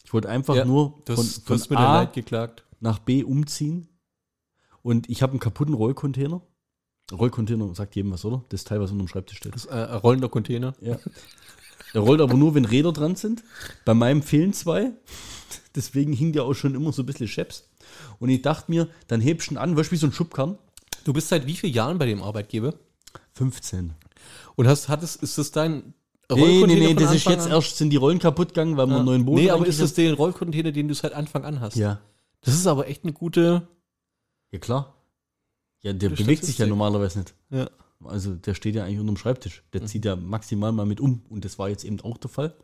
Speaker 1: Ich wollte einfach
Speaker 2: Ja,
Speaker 1: nur
Speaker 2: das,
Speaker 1: von,
Speaker 2: du
Speaker 1: von
Speaker 2: hast mir dein
Speaker 1: A
Speaker 2: Leid geklagt.
Speaker 1: nach B umziehen. Und ich habe einen kaputten Rollcontainer. Rollcontainer sagt jedem was, oder? Das Teil, was unter dem Schreibtisch steht.
Speaker 2: Das ist äh, ein rollender Container.
Speaker 1: Ja. Der rollt aber nur, wenn Räder dran sind. Bei meinem fehlen zwei. Deswegen hing der auch schon immer so ein bisschen scheps. Und ich dachte mir, dann hebst du ihn an, weißt du, wie so ein Schubkarren.
Speaker 2: Du bist seit wie vielen Jahren bei dem Arbeitgeber?
Speaker 1: 15.
Speaker 2: Und hast, hat es, ist das dein
Speaker 1: Nee, nee, nee,
Speaker 2: von
Speaker 1: das ist
Speaker 2: Anfang
Speaker 1: jetzt
Speaker 2: an? Ah.
Speaker 1: erst, sind die Rollen kaputt gegangen, weil wir einen neuen Boden
Speaker 2: Nee, aber
Speaker 1: reingekriegt
Speaker 2: ist das den Rollcontainer, den du seit Anfang an hast?
Speaker 1: haben. Ja.
Speaker 2: Das ist aber echt eine gute.
Speaker 1: Ja, klar. Ja, der
Speaker 2: Gute
Speaker 1: bewegt sich ja
Speaker 2: Statistik.
Speaker 1: normalerweise nicht.
Speaker 2: Ja. Mhm.
Speaker 1: Also der steht ja eigentlich unterm Schreibtisch. Der zieht ja maximal mal mit um. Und das war jetzt eben auch der Fall.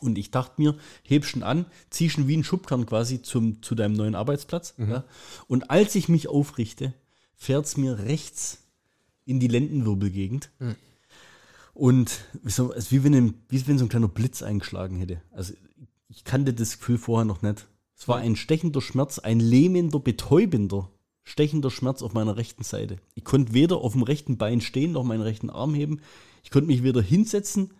Speaker 1: Und ich dachte mir, heb schon an, zieh schon wie ein Schubkern quasi zum, zu deinem neuen Arbeitsplatz.
Speaker 2: Mhm.
Speaker 1: Ja. Und als ich mich aufrichte, fährt es mir rechts in die Lendenwirbelgegend. Und wie so, es ist wie, wenn ein, wie wenn so ein kleiner Blitz eingeschlagen hätte. Also ich kannte das Gefühl vorher noch nicht. Es war ein stechender Schmerz, ein lähmender, betäubender, stechender Schmerz auf meiner rechten Seite. Ich konnte weder auf dem rechten Bein stehen, noch meinen rechten Arm heben. Ich konnte mich weder hinsetzen,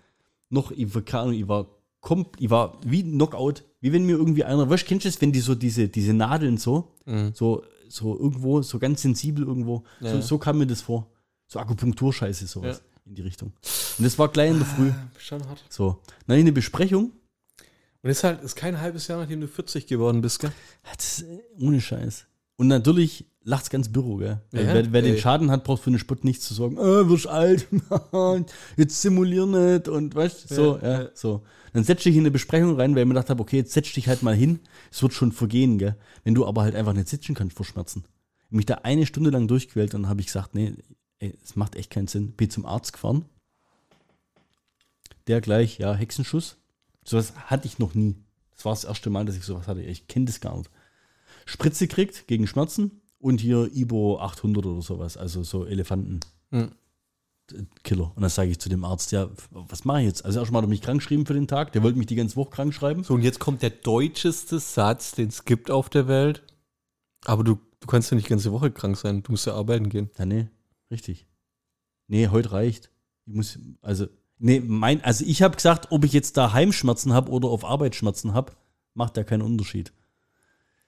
Speaker 1: noch, ich, war- keine Ahnung, ich war, komp ich war wie ein Knockout. Wie wenn mir irgendwie einer, weißt du, kennst du das, wenn die so diese, diese Nadeln so, so, so irgendwo, so ganz sensibel irgendwo, so,
Speaker 2: Mhm. Ja.
Speaker 1: so kam mir das vor. So Akupunkturscheiße, sowas
Speaker 2: Ja.
Speaker 1: in die Richtung. Und das war gleich in der Früh.
Speaker 2: Schon hart.
Speaker 1: So, dann in eine Besprechung.
Speaker 2: Und ist halt, ist kein halbes Jahr, nachdem du 40 geworden bist, gell?
Speaker 1: Das ist äh, ohne Scheiß. Und natürlich lacht's ganz Büro, gell?
Speaker 2: Ja,
Speaker 1: Also wer wer den
Speaker 2: ey.
Speaker 1: Schaden hat, braucht für den Spott nichts zu sorgen. Äh, wirst alt, jetzt simulier nicht und weißt so, ja,
Speaker 2: Ja,
Speaker 1: so. Dann setz dich in eine Besprechung rein, weil ich mir gedacht habe, okay, jetzt setz dich halt mal hin, es wird schon vergehen, gell? Wenn du aber halt einfach nicht sitzen kannst vor Schmerzen. Ich mich da eine Stunde lang durchquält und dann habe ich gesagt, nee, ey, es macht echt keinen Sinn. Bin zum Arzt gefahren. Der gleich, ja, Hexenschuss. Sowas hatte ich noch nie. Das war das erste Mal, dass ich sowas hatte. Ich kenne das gar nicht. Spritze kriegt gegen Schmerzen und hier Ibo 800 oder sowas, also so Elefanten.
Speaker 2: Mhm.
Speaker 1: Killer. Und dann sage ich zu dem Arzt, ja, was mache ich jetzt? Also erstmal hat er mich krank geschrieben für den Tag, der wollte mich die ganze Woche krank schreiben.
Speaker 2: So, und jetzt kommt der deutscheste Satz, den es gibt auf der Welt. Aber du, du kannst ja nicht die ganze Woche krank sein, du musst ja arbeiten gehen.
Speaker 1: Ja, nee, richtig. Nee, heute reicht. Ich muss, also, nee, mein, also ich habe gesagt, ob ich jetzt daheim Schmerzen habe oder auf Arbeit Schmerzen habe, macht ja keinen Unterschied.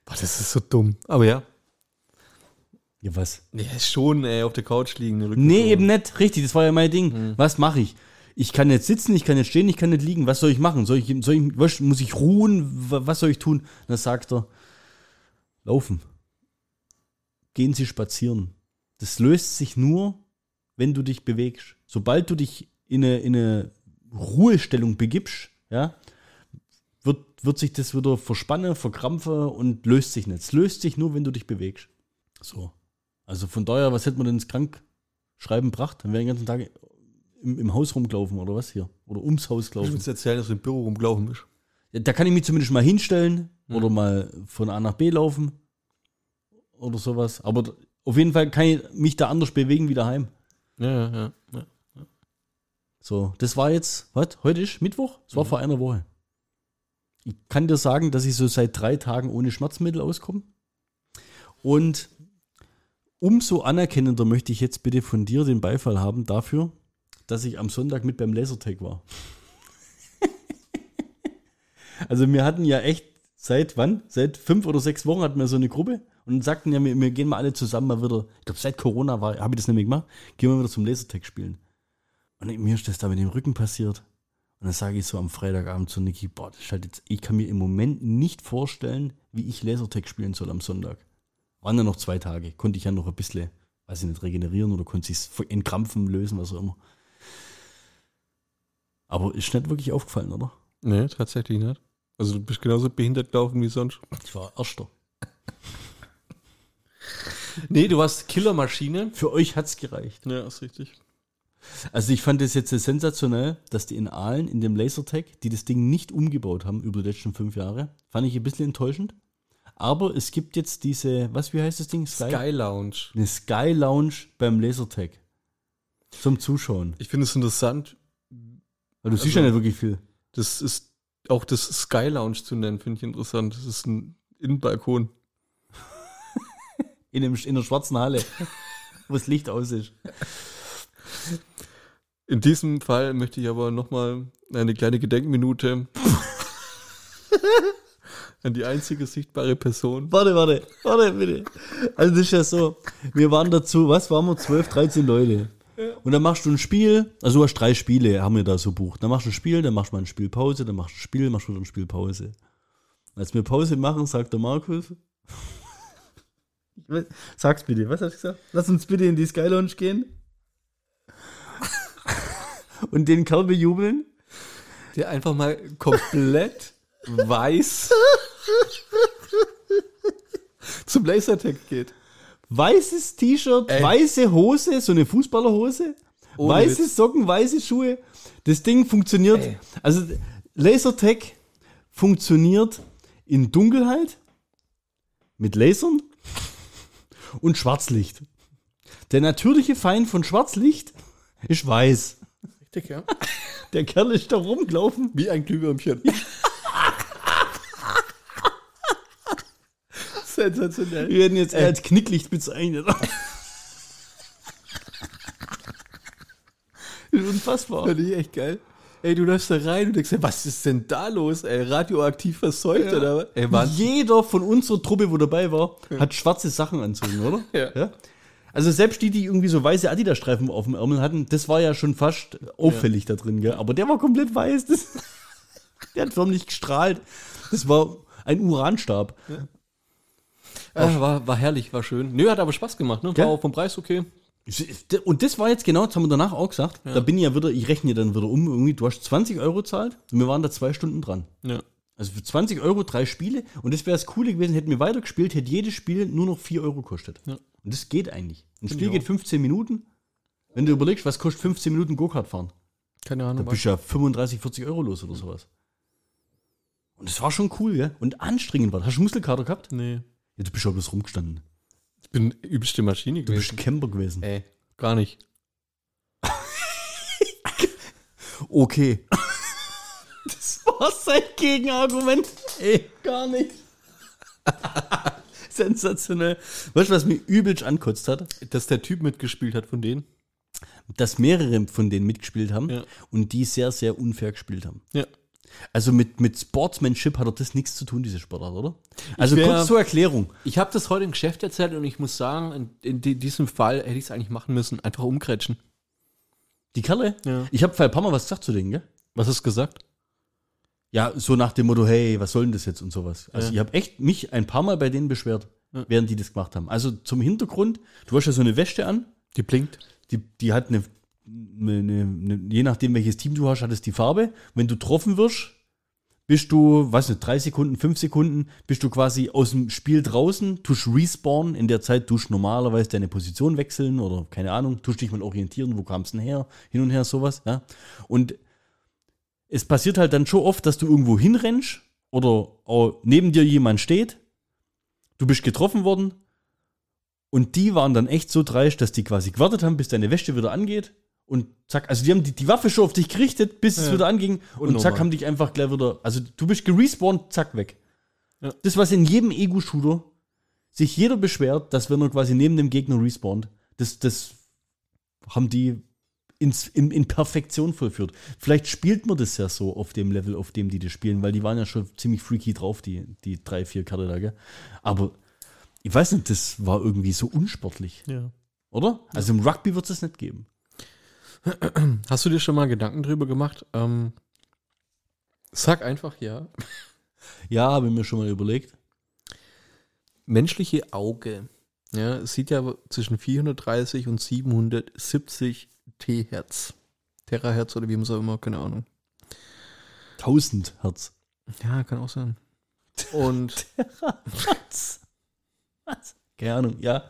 Speaker 2: Boah, das ist so dumm. Aber ja.
Speaker 1: Ja, was?
Speaker 2: Ja, schon, ey, auf der Couch liegen. den Rücken
Speaker 1: Nee,
Speaker 2: so.
Speaker 1: eben nicht. Richtig, das war ja mein Ding. Was mache ich? Ich kann jetzt sitzen, ich kann jetzt stehen, ich kann nicht liegen. Was soll ich machen? Soll ich, soll ich, was- muss ich ruhen? Wa- Was soll ich tun? Dann sagt er, laufen. Gehen Sie spazieren. Das löst sich nur, wenn du dich bewegst. Sobald du dich in eine, in eine Ruhestellung begibst, ja, wird, wird sich das wieder verspannen, verkrampfen und löst sich nicht. Es löst sich nur, wenn du dich bewegst. So. Also von daher, was hätte man denn ins Krank, Schreiben bracht, dann wäre den ganzen Tag im, im Haus rumgelaufen oder was hier? Oder ums Haus
Speaker 2: Du
Speaker 1: laufen.
Speaker 2: willst erzählen, dass du im Büro rumgelaufen bist.
Speaker 1: Ja, da kann ich mich zumindest mal hinstellen oder mal von A nach B laufen oder sowas. Aber d- auf jeden Fall kann ich mich da anders bewegen wie daheim.
Speaker 2: Ja, ja, ja, ja.
Speaker 1: So, das war jetzt, was? Heute ist Mittwoch? Das war vor einer Woche. Ich kann dir sagen, dass ich so seit drei Tagen ohne Schmerzmittel auskomme. Und umso anerkennender möchte ich jetzt bitte von dir den Beifall haben dafür, dass ich am Sonntag mit beim Lasertag war. also wir hatten ja echt seit wann? Seit fünf oder sechs Wochen hatten wir so eine Gruppe und sagten ja, wir, wir gehen mal alle zusammen mal wieder. Ich glaube, seit Corona war, habe ich das nämlich gemacht, gehen wir wieder zum Lasertag spielen. Und mir ist das da mit dem Rücken passiert. Und dann sage ich so am Freitagabend zu Niki, boah, das ist halt jetzt, ich kann mir im Moment nicht vorstellen, wie ich Lasertag spielen soll am Sonntag. Waren dann noch zwei Tage, konnte ich ja noch ein bisschen, weiß ich nicht, regenerieren oder konnte es entkrampfen, lösen, was auch immer. Aber ist nicht wirklich aufgefallen, oder?
Speaker 2: Nee, tatsächlich nicht. Also du bist genauso behindert gelaufen wie sonst.
Speaker 1: Ich war Erster.
Speaker 2: Nee, du warst Killermaschine.
Speaker 1: Für euch hat's gereicht.
Speaker 2: Ja, ist richtig.
Speaker 1: Also ich fand es jetzt sensationell, dass die in Aalen in dem Lasertag, die das Ding nicht umgebaut haben über die letzten fünf Jahre, fand ich ein bisschen enttäuschend. Aber es gibt jetzt diese, was, wie heißt das Ding? Sky?
Speaker 2: Sky Lounge.
Speaker 1: Eine Sky Lounge beim Lasertag. Zum Zuschauen.
Speaker 2: Ich finde es interessant,
Speaker 1: Weil du siehst ja nicht wirklich viel.
Speaker 2: das ist auch das Sky Lounge zu nennen, finde ich interessant. Das ist ein Innenbalkon.
Speaker 1: In, dem, in der schwarzen Halle, wo das Licht aus ist.
Speaker 2: In diesem Fall möchte ich aber nochmal eine kleine Gedenkminute an die einzige sichtbare Person.
Speaker 1: Warte, warte, warte, bitte. Also das ist ja so, wir waren dazu, was waren wir, 12, 13 Leute. Und dann machst du ein Spiel, also du hast drei Spiele, haben wir da so bucht. Dann machst du ein Spiel, dann machst du mal eine Spielpause, dann machst du ein Spiel, machst du wieder eine Spielpause. Als wir Pause machen, sagt der Markus, Ich weiß- sag's bitte, was hast du gesagt? Lass uns bitte in die Sky Lounge gehen. Und den Kerl bejubeln.
Speaker 2: Der einfach mal komplett weiß zum Lasertag geht.
Speaker 1: Weißes T-Shirt,
Speaker 2: Ey.
Speaker 1: weiße Hose, so eine Fußballerhose,
Speaker 2: Ohne
Speaker 1: weiße
Speaker 2: Witz.
Speaker 1: Socken, weiße Schuhe. Das Ding funktioniert.
Speaker 2: Ey.
Speaker 1: Also Lasertag funktioniert in Dunkelheit mit Lasern und Schwarzlicht. Der natürliche Feind von Schwarzlicht ist weiß.
Speaker 2: Richtig, ja.
Speaker 1: Der Kerl ist da rumgelaufen.
Speaker 2: Wie ein Glühwürmchen. Sensationell.
Speaker 1: Wir werden jetzt eher als Knicklicht bezeichnet. Das ist unfassbar.
Speaker 2: Fand ich echt geil. Ey, du läufst da rein und denkst, dir, was ist denn da los, ey? Radioaktiv verseucht oder was? Ey, Wahnsinn.
Speaker 1: Jeder von unserer Truppe, wo dabei war, hat schwarze Sachen anzogen, oder?
Speaker 2: Ja.
Speaker 1: Also selbst die, die irgendwie so weiße Adidas-Streifen auf dem Ärmel hatten, das war ja schon fast auffällig da drin, gell? Aber der war komplett weiß. Das, der hat förmlich gestrahlt. Das war ein Uranstab.
Speaker 2: Ah, war, war herrlich, war schön. Nö, hat aber Spaß gemacht, ne?
Speaker 1: Gell?
Speaker 2: War auch vom Preis okay.
Speaker 1: Und das war jetzt genau, das haben wir danach auch gesagt. Da bin ich ja wieder, ich rechne dann wieder um, irgendwie, du hast 20 Euro zahlt und wir waren da zwei Stunden dran.
Speaker 2: Ja.
Speaker 1: Also für 20 Euro drei Spiele und das wäre das Coole gewesen, hätten wir weitergespielt, hätte jedes Spiel nur noch 4 Euro gekostet.
Speaker 2: Ja.
Speaker 1: Und das geht eigentlich. Ein
Speaker 2: Finde
Speaker 1: Spiel
Speaker 2: ich
Speaker 1: geht
Speaker 2: auch.
Speaker 1: 15 Minuten. Wenn du überlegst, was kostet 15 Minuten Go-Kart fahren,
Speaker 2: Keine
Speaker 1: da
Speaker 2: Ahnung.
Speaker 1: bist du ja 35, 40 Euro los oder sowas. Und das war schon cool, ja? Und anstrengend war. Hast du Muskelkater gehabt?
Speaker 2: nee.
Speaker 1: Ja, du bist ja bloß rumgestanden.
Speaker 2: Ich bin übelste Maschine
Speaker 1: Du bist
Speaker 2: gewesen.
Speaker 1: ein Camper gewesen.
Speaker 2: Ey, gar nicht.
Speaker 1: Okay. das war sein Gegenargument. Ey, gar nicht. Sensationell. Weißt du, was mich übelst ankotzt hat?
Speaker 2: Dass der Typ mitgespielt hat von denen.
Speaker 1: dass mehrere von denen mitgespielt haben
Speaker 2: Ja.
Speaker 1: und die sehr, sehr unfair gespielt haben.
Speaker 2: Ja.
Speaker 1: Also mit, mit Sportsmanship hat doch das nichts zu tun, diese Sportart, oder? Also
Speaker 2: wär-
Speaker 1: kurz zur Erklärung.
Speaker 2: Ich habe das heute im Geschäft erzählt und ich muss sagen, in, in di- diesem Fall hätte ich es eigentlich machen müssen. Einfach umkretschen.
Speaker 1: Die Kerle,
Speaker 2: Ja.
Speaker 1: ich habe ein paar Mal was gesagt zu denen, gell?
Speaker 2: Was hast du gesagt?
Speaker 1: Ja, so nach dem Motto, hey, was soll denn das jetzt und sowas. Also
Speaker 2: Ja.
Speaker 1: ich habe echt mich ein paar Mal bei denen beschwert,
Speaker 2: Ja.
Speaker 1: während die das gemacht haben. Also zum Hintergrund, du hast ja so eine Wäsche an,
Speaker 2: Die blinkt.
Speaker 1: die, die hat eine, eine, eine, eine, je nachdem welches Team du hast, hat es die Farbe. Wenn du getroffen wirst, bist du, weiß nicht, drei Sekunden, fünf Sekunden, bist du quasi aus dem Spiel draußen, tust respawn, in der Zeit tust normalerweise deine Position wechseln oder keine Ahnung, tust dich mal orientieren, wo kamst denn her, hin und her, sowas, ja. Und es passiert halt dann schon oft, dass du irgendwo hinrennst oder auch neben dir jemand steht, du bist getroffen worden, und die waren dann echt so dreist, dass die quasi gewartet haben, bis deine Wäsche wieder angeht. Und zack, also die haben die, die Waffe schon auf dich gerichtet, bis es
Speaker 2: Ja.
Speaker 1: wieder anging. Und, zack,
Speaker 2: nochmal.
Speaker 1: haben dich einfach gleich wieder. Also du bist gerespawnt, zack, weg.
Speaker 2: Ja.
Speaker 1: Das, was in jedem Ego-Shooter sich jeder beschwert, dass wenn er quasi neben dem Gegner respawnt, das, das haben die ins, in, in Perfektion vollführt. Vielleicht spielt man das ja so auf dem Level, auf dem die das spielen, weil die waren ja schon ziemlich freaky drauf, die, die drei, vier Karte da, gell? Aber ich weiß nicht, das war irgendwie so unsportlich,
Speaker 2: Ja.
Speaker 1: oder? Also im Rugby wird es nicht geben.
Speaker 2: Hast du dir schon mal Gedanken drüber gemacht? Ähm, sag einfach ja.
Speaker 1: Ja, habe ich mir schon mal überlegt.
Speaker 2: menschliche Auge ja, es sieht ja zwischen 430 und 770 T-Hertz. Terahertz oder wie man es auch immer, keine Ahnung.
Speaker 1: 1000 Hertz.
Speaker 2: Ja, kann auch sein. Und
Speaker 1: Was? Was? Keine Ahnung, ja.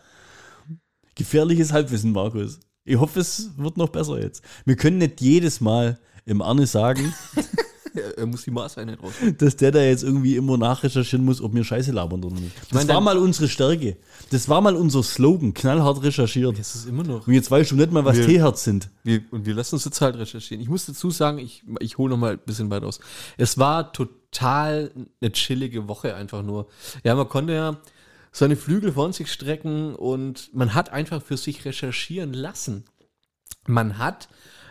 Speaker 1: Gefährliches Halbwissen, Markus. Ich hoffe, es wird noch besser jetzt. Wir können nicht jedes Mal im Arne sagen,
Speaker 2: er, er muss die Maßeinheit raus.
Speaker 1: dass der da jetzt irgendwie immer nachrecherchieren muss, ob wir Scheiße labern oder nicht. Das
Speaker 2: meine,
Speaker 1: war
Speaker 2: dann-
Speaker 1: mal unsere Stärke. Das war mal unser Slogan, knallhart recherchiert.
Speaker 2: Das ist immer noch.
Speaker 1: Und jetzt weißt du nicht mal, was
Speaker 2: Wir-
Speaker 1: T-Herz sind.
Speaker 2: Wir, und wir lassen uns jetzt halt recherchieren. Ich muss dazu sagen, ich, ich hole noch mal ein bisschen weit aus. Es war total eine chillige Woche einfach nur. Ja, man konnte ja seine Flügel von sich strecken und man hat einfach für sich recherchieren lassen. Man hat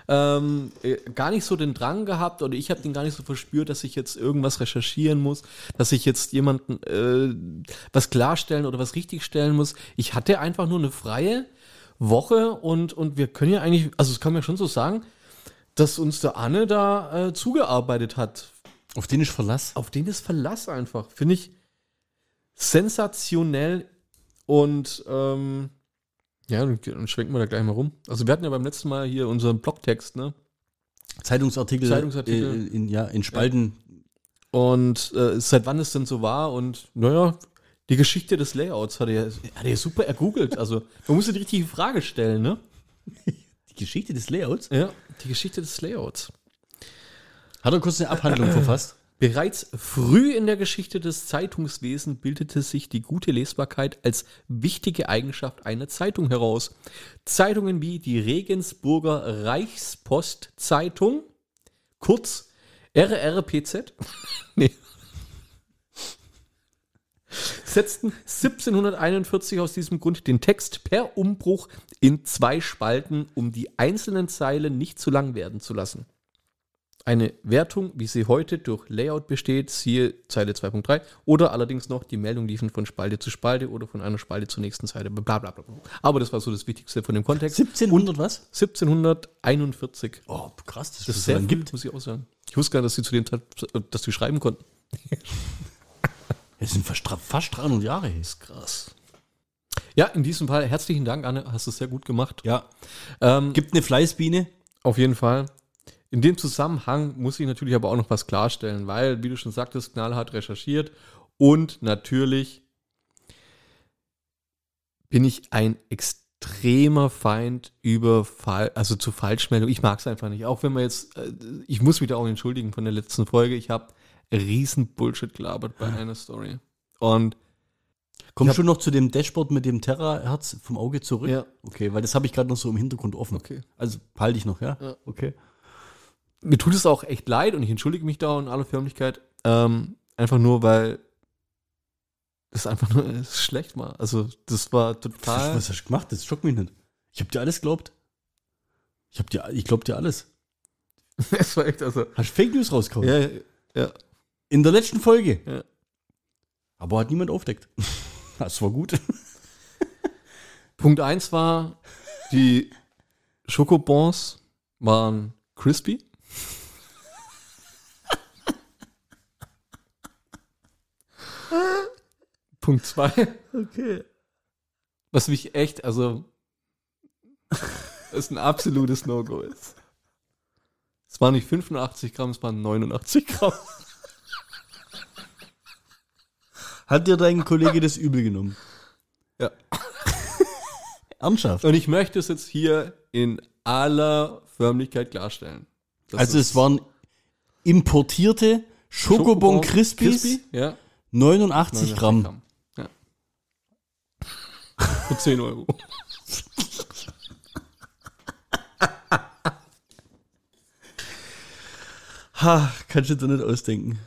Speaker 2: ähm, äh, gar nicht so den Drang gehabt oder ich habe den gar nicht so verspürt, dass ich jetzt irgendwas recherchieren muss, dass ich jetzt jemanden äh, was klarstellen oder was richtigstellen muss. Ich hatte einfach nur eine freie Woche und, und wir können ja eigentlich, also das kann man ja schon so sagen, dass uns der Anne da äh, zugearbeitet hat.
Speaker 1: Auf den ich verlass.
Speaker 2: Auf den ist Verlass einfach, finde ich sensationell und ähm, ja, dann, dann schwenken wir da gleich mal rum. Also wir hatten ja beim letzten Mal hier unseren Blogtext, ne?
Speaker 1: Zeitungsartikel,
Speaker 2: Zeitungsartikel.
Speaker 1: äh, in, ja, in Spalten.
Speaker 2: Und äh, seit wann es denn so war und naja, Die Geschichte des Layouts hat er, hat er super ergoogelt. Also, man muss ja die richtige Frage stellen, ne?
Speaker 1: Die Geschichte des Layouts?
Speaker 2: Ja, die Geschichte des Layouts.
Speaker 1: Hat er kurz eine Abhandlung verfasst?
Speaker 2: Bereits früh in der Geschichte des Zeitungswesens bildete sich die gute Lesbarkeit als wichtige Eigenschaft einer Zeitung heraus. Zeitungen wie die Regensburger Reichspostzeitung, kurz RRPZ, nee, setzten 1741 aus diesem Grund den Text per Umbruch in zwei Spalten, um die einzelnen Zeilen nicht zu lang werden zu lassen. Eine Wertung, wie sie heute durch Layout besteht, siehe Zeile 2.3, oder allerdings noch die Meldung liefen von Spalte zu Spalte oder von einer Spalte zur nächsten Zeile, bla bla bla. bla. Aber das war so das Wichtigste von dem Kontext.
Speaker 1: 1700 was?
Speaker 2: 1741.
Speaker 1: Oh, krass, dass
Speaker 2: Das
Speaker 1: es
Speaker 2: ist
Speaker 1: so
Speaker 2: sehr
Speaker 1: lange
Speaker 2: viel,
Speaker 1: gibt.
Speaker 2: muss ich auch sagen. Ich wusste gar nicht, dass sie zu dem Zeit, dass sie schreiben konnten.
Speaker 1: Es sind fast, dra- fast 300 Jahre her.
Speaker 2: ist krass. Ja, in diesem Fall herzlichen Dank, Anne. Hast es sehr gut gemacht.
Speaker 1: Ja.
Speaker 2: Ähm,
Speaker 1: Gibt eine Fleißbiene?
Speaker 2: Auf jeden Fall. In dem Zusammenhang muss ich natürlich aber auch noch was klarstellen, weil, wie du schon sagtest, knallhart recherchiert und natürlich bin ich ein extremer Feind über Fall, also zu Falschmeldung. Ich mag es einfach nicht. Auch wenn man jetzt, äh, ich muss mich da auch entschuldigen von der letzten Folge. Ich habe riesen Bullshit gelabert bei einer Story. Und
Speaker 1: Kommst
Speaker 2: hab-
Speaker 1: du noch zu dem Dashboard mit dem Terra-Herz vom Auge zurück?
Speaker 2: Ja.
Speaker 1: Okay, weil das habe ich gerade noch so im Hintergrund offen.
Speaker 2: Okay.
Speaker 1: Also halte ich noch, ja?
Speaker 2: Ja.
Speaker 1: Okay.
Speaker 2: mir tut es auch echt leid und ich entschuldige mich da in aller Förmlichkeit. Ähm, einfach nur, weil das einfach nur es ist schlecht war. Also das war total.
Speaker 1: Was hast du gemacht? Das schockt mich nicht. Ich habe dir alles geglaubt. Ich hab dir, ich glaub dir alles.
Speaker 2: es war echt also.
Speaker 1: Hast Fake News rausgehauen?
Speaker 2: Ja, ja, ja.
Speaker 1: In der letzten Folge.
Speaker 2: Ja.
Speaker 1: Aber hat niemand aufdeckt. Das war gut.
Speaker 2: Punkt 1 war, die Schokobons waren crispy. Punkt 2.
Speaker 1: Okay.
Speaker 2: Was mich echt, also, ist ein absolutes No-Go ist. Es waren nicht 85 Gramm, es waren 89 Gramm.
Speaker 1: Hat dir dein Kollege das übel genommen?
Speaker 2: Ja.
Speaker 1: Ernsthaft?
Speaker 2: Und ich möchte es jetzt hier in aller Förmlichkeit klarstellen. Das
Speaker 1: also es waren importierte Schokobon Crispies,
Speaker 2: Ja.
Speaker 1: 89 Gramm.
Speaker 2: Ja. Für 10 Euro.
Speaker 1: Ha, kannst du dir nicht ausdenken.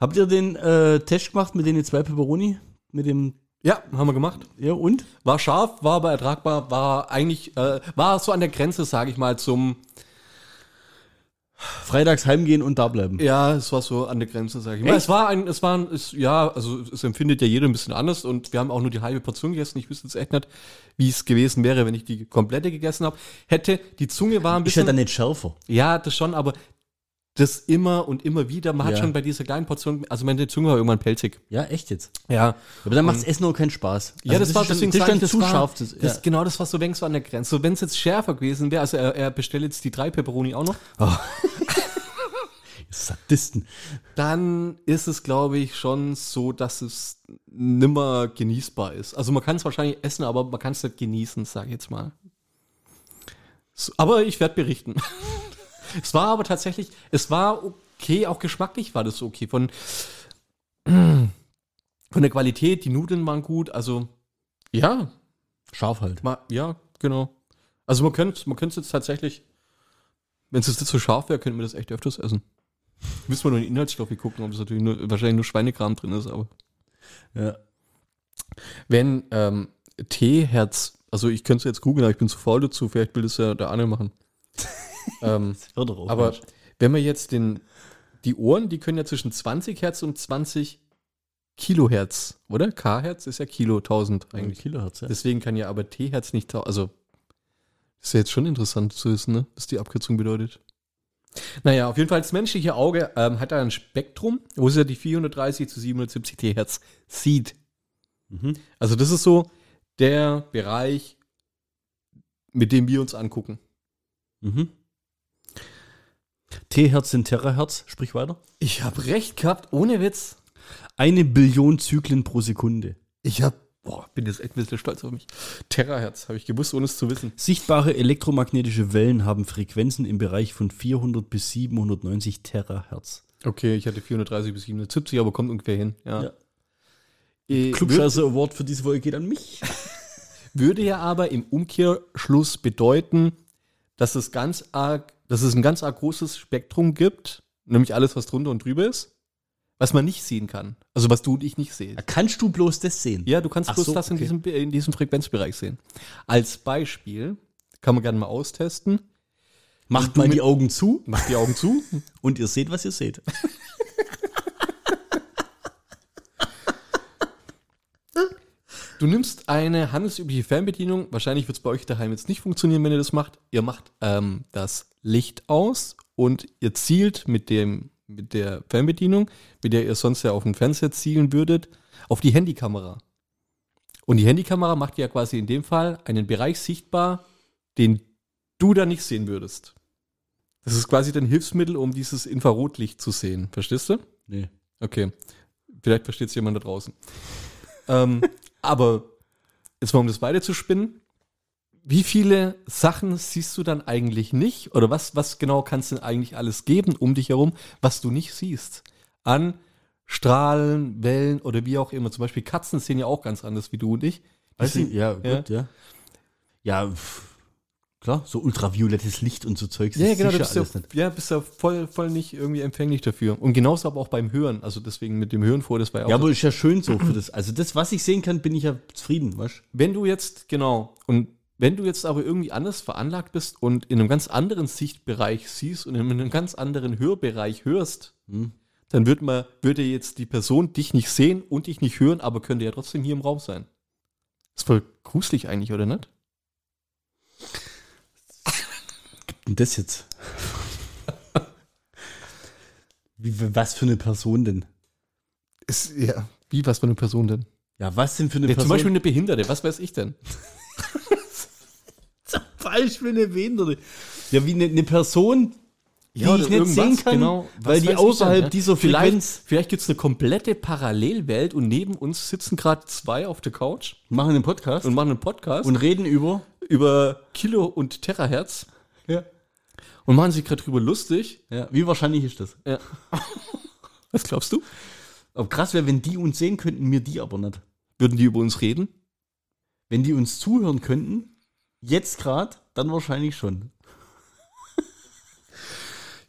Speaker 1: Habt ihr den äh, Test gemacht mit den zwei Pepperoni? Mit dem,
Speaker 2: Ja, haben wir gemacht.
Speaker 1: ja und?
Speaker 2: War scharf, war aber ertragbar, war eigentlich, äh, war so an der Grenze, sage ich mal, zum,
Speaker 1: Freitags heimgehen und da bleiben.
Speaker 2: Ja, es war so an der Grenze, sage ich mal.
Speaker 1: Echt?
Speaker 2: Es war ein, es war ein, es, ja, also es empfindet ja jeder ein bisschen anders und wir haben auch nur die halbe Portion gegessen. Ich wüsste jetzt echt nicht, wie es gewesen wäre, wenn ich die komplette gegessen habe. Hätte, die Zunge war ein
Speaker 1: Ist ja
Speaker 2: bisschen.
Speaker 1: dann nicht schärfer.
Speaker 2: ja, das schon, aber das immer und immer wieder. Man
Speaker 1: Ja.
Speaker 2: hat schon bei dieser kleinen Portion, also meine Zunge war irgendwann pelzig.
Speaker 1: Ja, echt jetzt.
Speaker 2: Ja.
Speaker 1: Aber dann macht's Essen auch keinen Spaß. Also
Speaker 2: Ja, das, war deswegen
Speaker 1: das ist
Speaker 2: sag ich,
Speaker 1: dann zu
Speaker 2: war-
Speaker 1: scharf. Das,
Speaker 2: das,
Speaker 1: ja.
Speaker 2: Genau, das war so längst so an der Grenze. So, wenn es jetzt schärfer gewesen wäre, also er, er bestellt jetzt die drei Peperoni auch noch,
Speaker 1: Sadisten.
Speaker 2: dann ist es, glaube ich, schon so, dass es nimmer genießbar ist. Also man kann es wahrscheinlich essen, aber man kann es nicht genießen, sage ich jetzt mal. So, aber ich werde berichten. es war aber tatsächlich, es war okay, auch geschmacklich war das okay. Von, von der Qualität, die Nudeln waren gut, also ja,
Speaker 1: Scharf halt.
Speaker 2: ma- ja, genau. Also man könnte man könnte es jetzt tatsächlich, wenn es jetzt nicht so scharf wäre, könnten wir das echt öfters essen. Müssen wir nur in den Inhaltsstoffe gucken, ob es natürlich nur, wahrscheinlich nur Schweinekram drin ist, aber.
Speaker 1: Ja.
Speaker 2: Wenn ähm, Teeherz, also ich könnte es jetzt googeln, aber ich bin zu faul dazu, vielleicht will das ja der Anne machen. ähm,
Speaker 1: Hör doch auf.
Speaker 2: aber
Speaker 1: Mensch.
Speaker 2: wenn man jetzt den, die Ohren, die können ja zwischen 20 Hertz und 20 Kilohertz, oder? K-Hertz ist ja Kilo 1000
Speaker 1: ein
Speaker 2: eigentlich.
Speaker 1: Kilohertz. Ja.
Speaker 2: Deswegen kann ja aber T-Herz nicht, tau- also ist ja jetzt schon interessant zu wissen, ne? was die Abkürzung bedeutet. Naja, auf jeden Fall, das menschliche Auge ähm, hat da ein Spektrum, wo es ja die 430 zu 770 T-Hertz sieht.
Speaker 1: Mhm.
Speaker 2: Also das ist so der Bereich, mit dem wir uns angucken.
Speaker 1: Mhm. T-Herz sind Terahertz. Sprich weiter.
Speaker 2: Ich habe recht gehabt, ohne Witz.
Speaker 1: Eine Billion Zyklen pro Sekunde.
Speaker 2: Ich hab, boah, bin jetzt echt ein bisschen stolz auf mich. Terahertz, habe ich gewusst, ohne es zu wissen.
Speaker 1: Sichtbare elektromagnetische Wellen haben Frequenzen im Bereich von 400 bis 790 Terahertz.
Speaker 2: Okay, ich hatte 430 bis 770, aber kommt ungefähr hin. Ja.
Speaker 1: Ja.
Speaker 2: Äh,
Speaker 1: Klugscheißer Award für diese Folge geht an mich.
Speaker 2: Würde ja aber im Umkehrschluss bedeuten, dass es ganz arg, dass es ein ganz arg großes Spektrum gibt, nämlich alles, was drunter und drüber ist, was man nicht sehen kann. Also was du und ich nicht sehen.
Speaker 1: Kannst du bloß das sehen?
Speaker 2: Ja, du kannst
Speaker 1: Ach
Speaker 2: bloß
Speaker 1: so,
Speaker 2: das in,
Speaker 1: okay.
Speaker 2: diesem, in diesem Frequenzbereich sehen. Als Beispiel kann man gerne mal austesten.
Speaker 1: Macht mal die Augen zu
Speaker 2: Mach die Augen zu.
Speaker 1: und ihr seht, was ihr seht.
Speaker 2: Du nimmst eine handelsübliche Fernbedienung. Wahrscheinlich wird es bei euch daheim jetzt nicht funktionieren, wenn ihr das macht. Ihr macht ähm, das Licht aus und ihr zielt mit, dem, mit der Fernbedienung, mit der ihr sonst ja auf den Fernseher zielen würdet, auf die Handykamera. Und die Handykamera macht ja quasi in dem Fall einen Bereich sichtbar, den du da nicht sehen würdest. Das ist quasi dein Hilfsmittel, um dieses Infrarotlicht zu sehen. Verstehst du?
Speaker 1: Nee.
Speaker 2: Okay. Vielleicht versteht es jemand da draußen. ähm, aber jetzt mal um das weiter zu spinnen. Wie viele Sachen siehst du dann eigentlich nicht? Oder was, was genau kannst du denn eigentlich alles geben um dich herum, was du nicht siehst? An Strahlen, Wellen oder wie auch immer. Zum Beispiel Katzen sehen ja auch ganz anders wie du und ich. Die
Speaker 1: Weißt du,
Speaker 2: sehen-
Speaker 1: ja, gut, ja. Ja, pff, klar, so ultraviolettes Licht und so Zeugs
Speaker 2: Ja, ja, genau, du
Speaker 1: sicher
Speaker 2: bist ja,
Speaker 1: alles nicht.
Speaker 2: ja, bist ja voll, voll nicht irgendwie empfänglich dafür. Und genauso aber auch beim Hören. Also deswegen mit dem Hören vor, das war ja auch
Speaker 1: Ja,
Speaker 2: so-
Speaker 1: aber ist ja schön so für das. Also das, was ich sehen kann, bin ich ja zufrieden, weißt du?
Speaker 2: wenn du jetzt, genau, und wenn du jetzt aber irgendwie anders veranlagt bist und in einem ganz anderen Sichtbereich siehst und in einem ganz anderen Hörbereich hörst,
Speaker 1: Hm.
Speaker 2: dann wird man, würde jetzt die Person dich nicht sehen und dich nicht hören, aber könnte ja trotzdem hier im Raum sein. Ist voll gruselig eigentlich, oder nicht?
Speaker 1: Und das jetzt? Wie, was für eine Person denn?
Speaker 2: Ist, ja. Wie, was für eine Person denn?
Speaker 1: Ja, was denn für eine
Speaker 2: Ja,
Speaker 1: Person?
Speaker 2: zum Beispiel eine Behinderte, was weiß ich denn?
Speaker 1: zum Beispiel eine Behinderte. Ja, wie eine, eine Person, die
Speaker 2: oder
Speaker 1: ich nicht
Speaker 2: irgendwas,
Speaker 1: sehen kann,
Speaker 2: genau. Was
Speaker 1: weil die
Speaker 2: weiß ich
Speaker 1: außerhalb
Speaker 2: denn, ja?
Speaker 1: dieser
Speaker 2: Vielleicht,
Speaker 1: Frequenz
Speaker 2: vielleicht gibt es eine komplette Parallelwelt und neben uns sitzen gerade zwei auf der Couch
Speaker 1: machen einen Podcast
Speaker 2: und machen einen Podcast.
Speaker 1: und reden über.
Speaker 2: über Kilo und Terahertz
Speaker 1: Ja.
Speaker 2: und machen sich gerade drüber lustig.
Speaker 1: Ja, wie wahrscheinlich ist das?
Speaker 2: Ja. Was glaubst du?
Speaker 1: Aber krass wäre, wenn die uns sehen könnten, mir die aber nicht.
Speaker 2: Würden die über uns reden?
Speaker 1: Wenn die uns zuhören könnten, jetzt gerade, dann wahrscheinlich schon.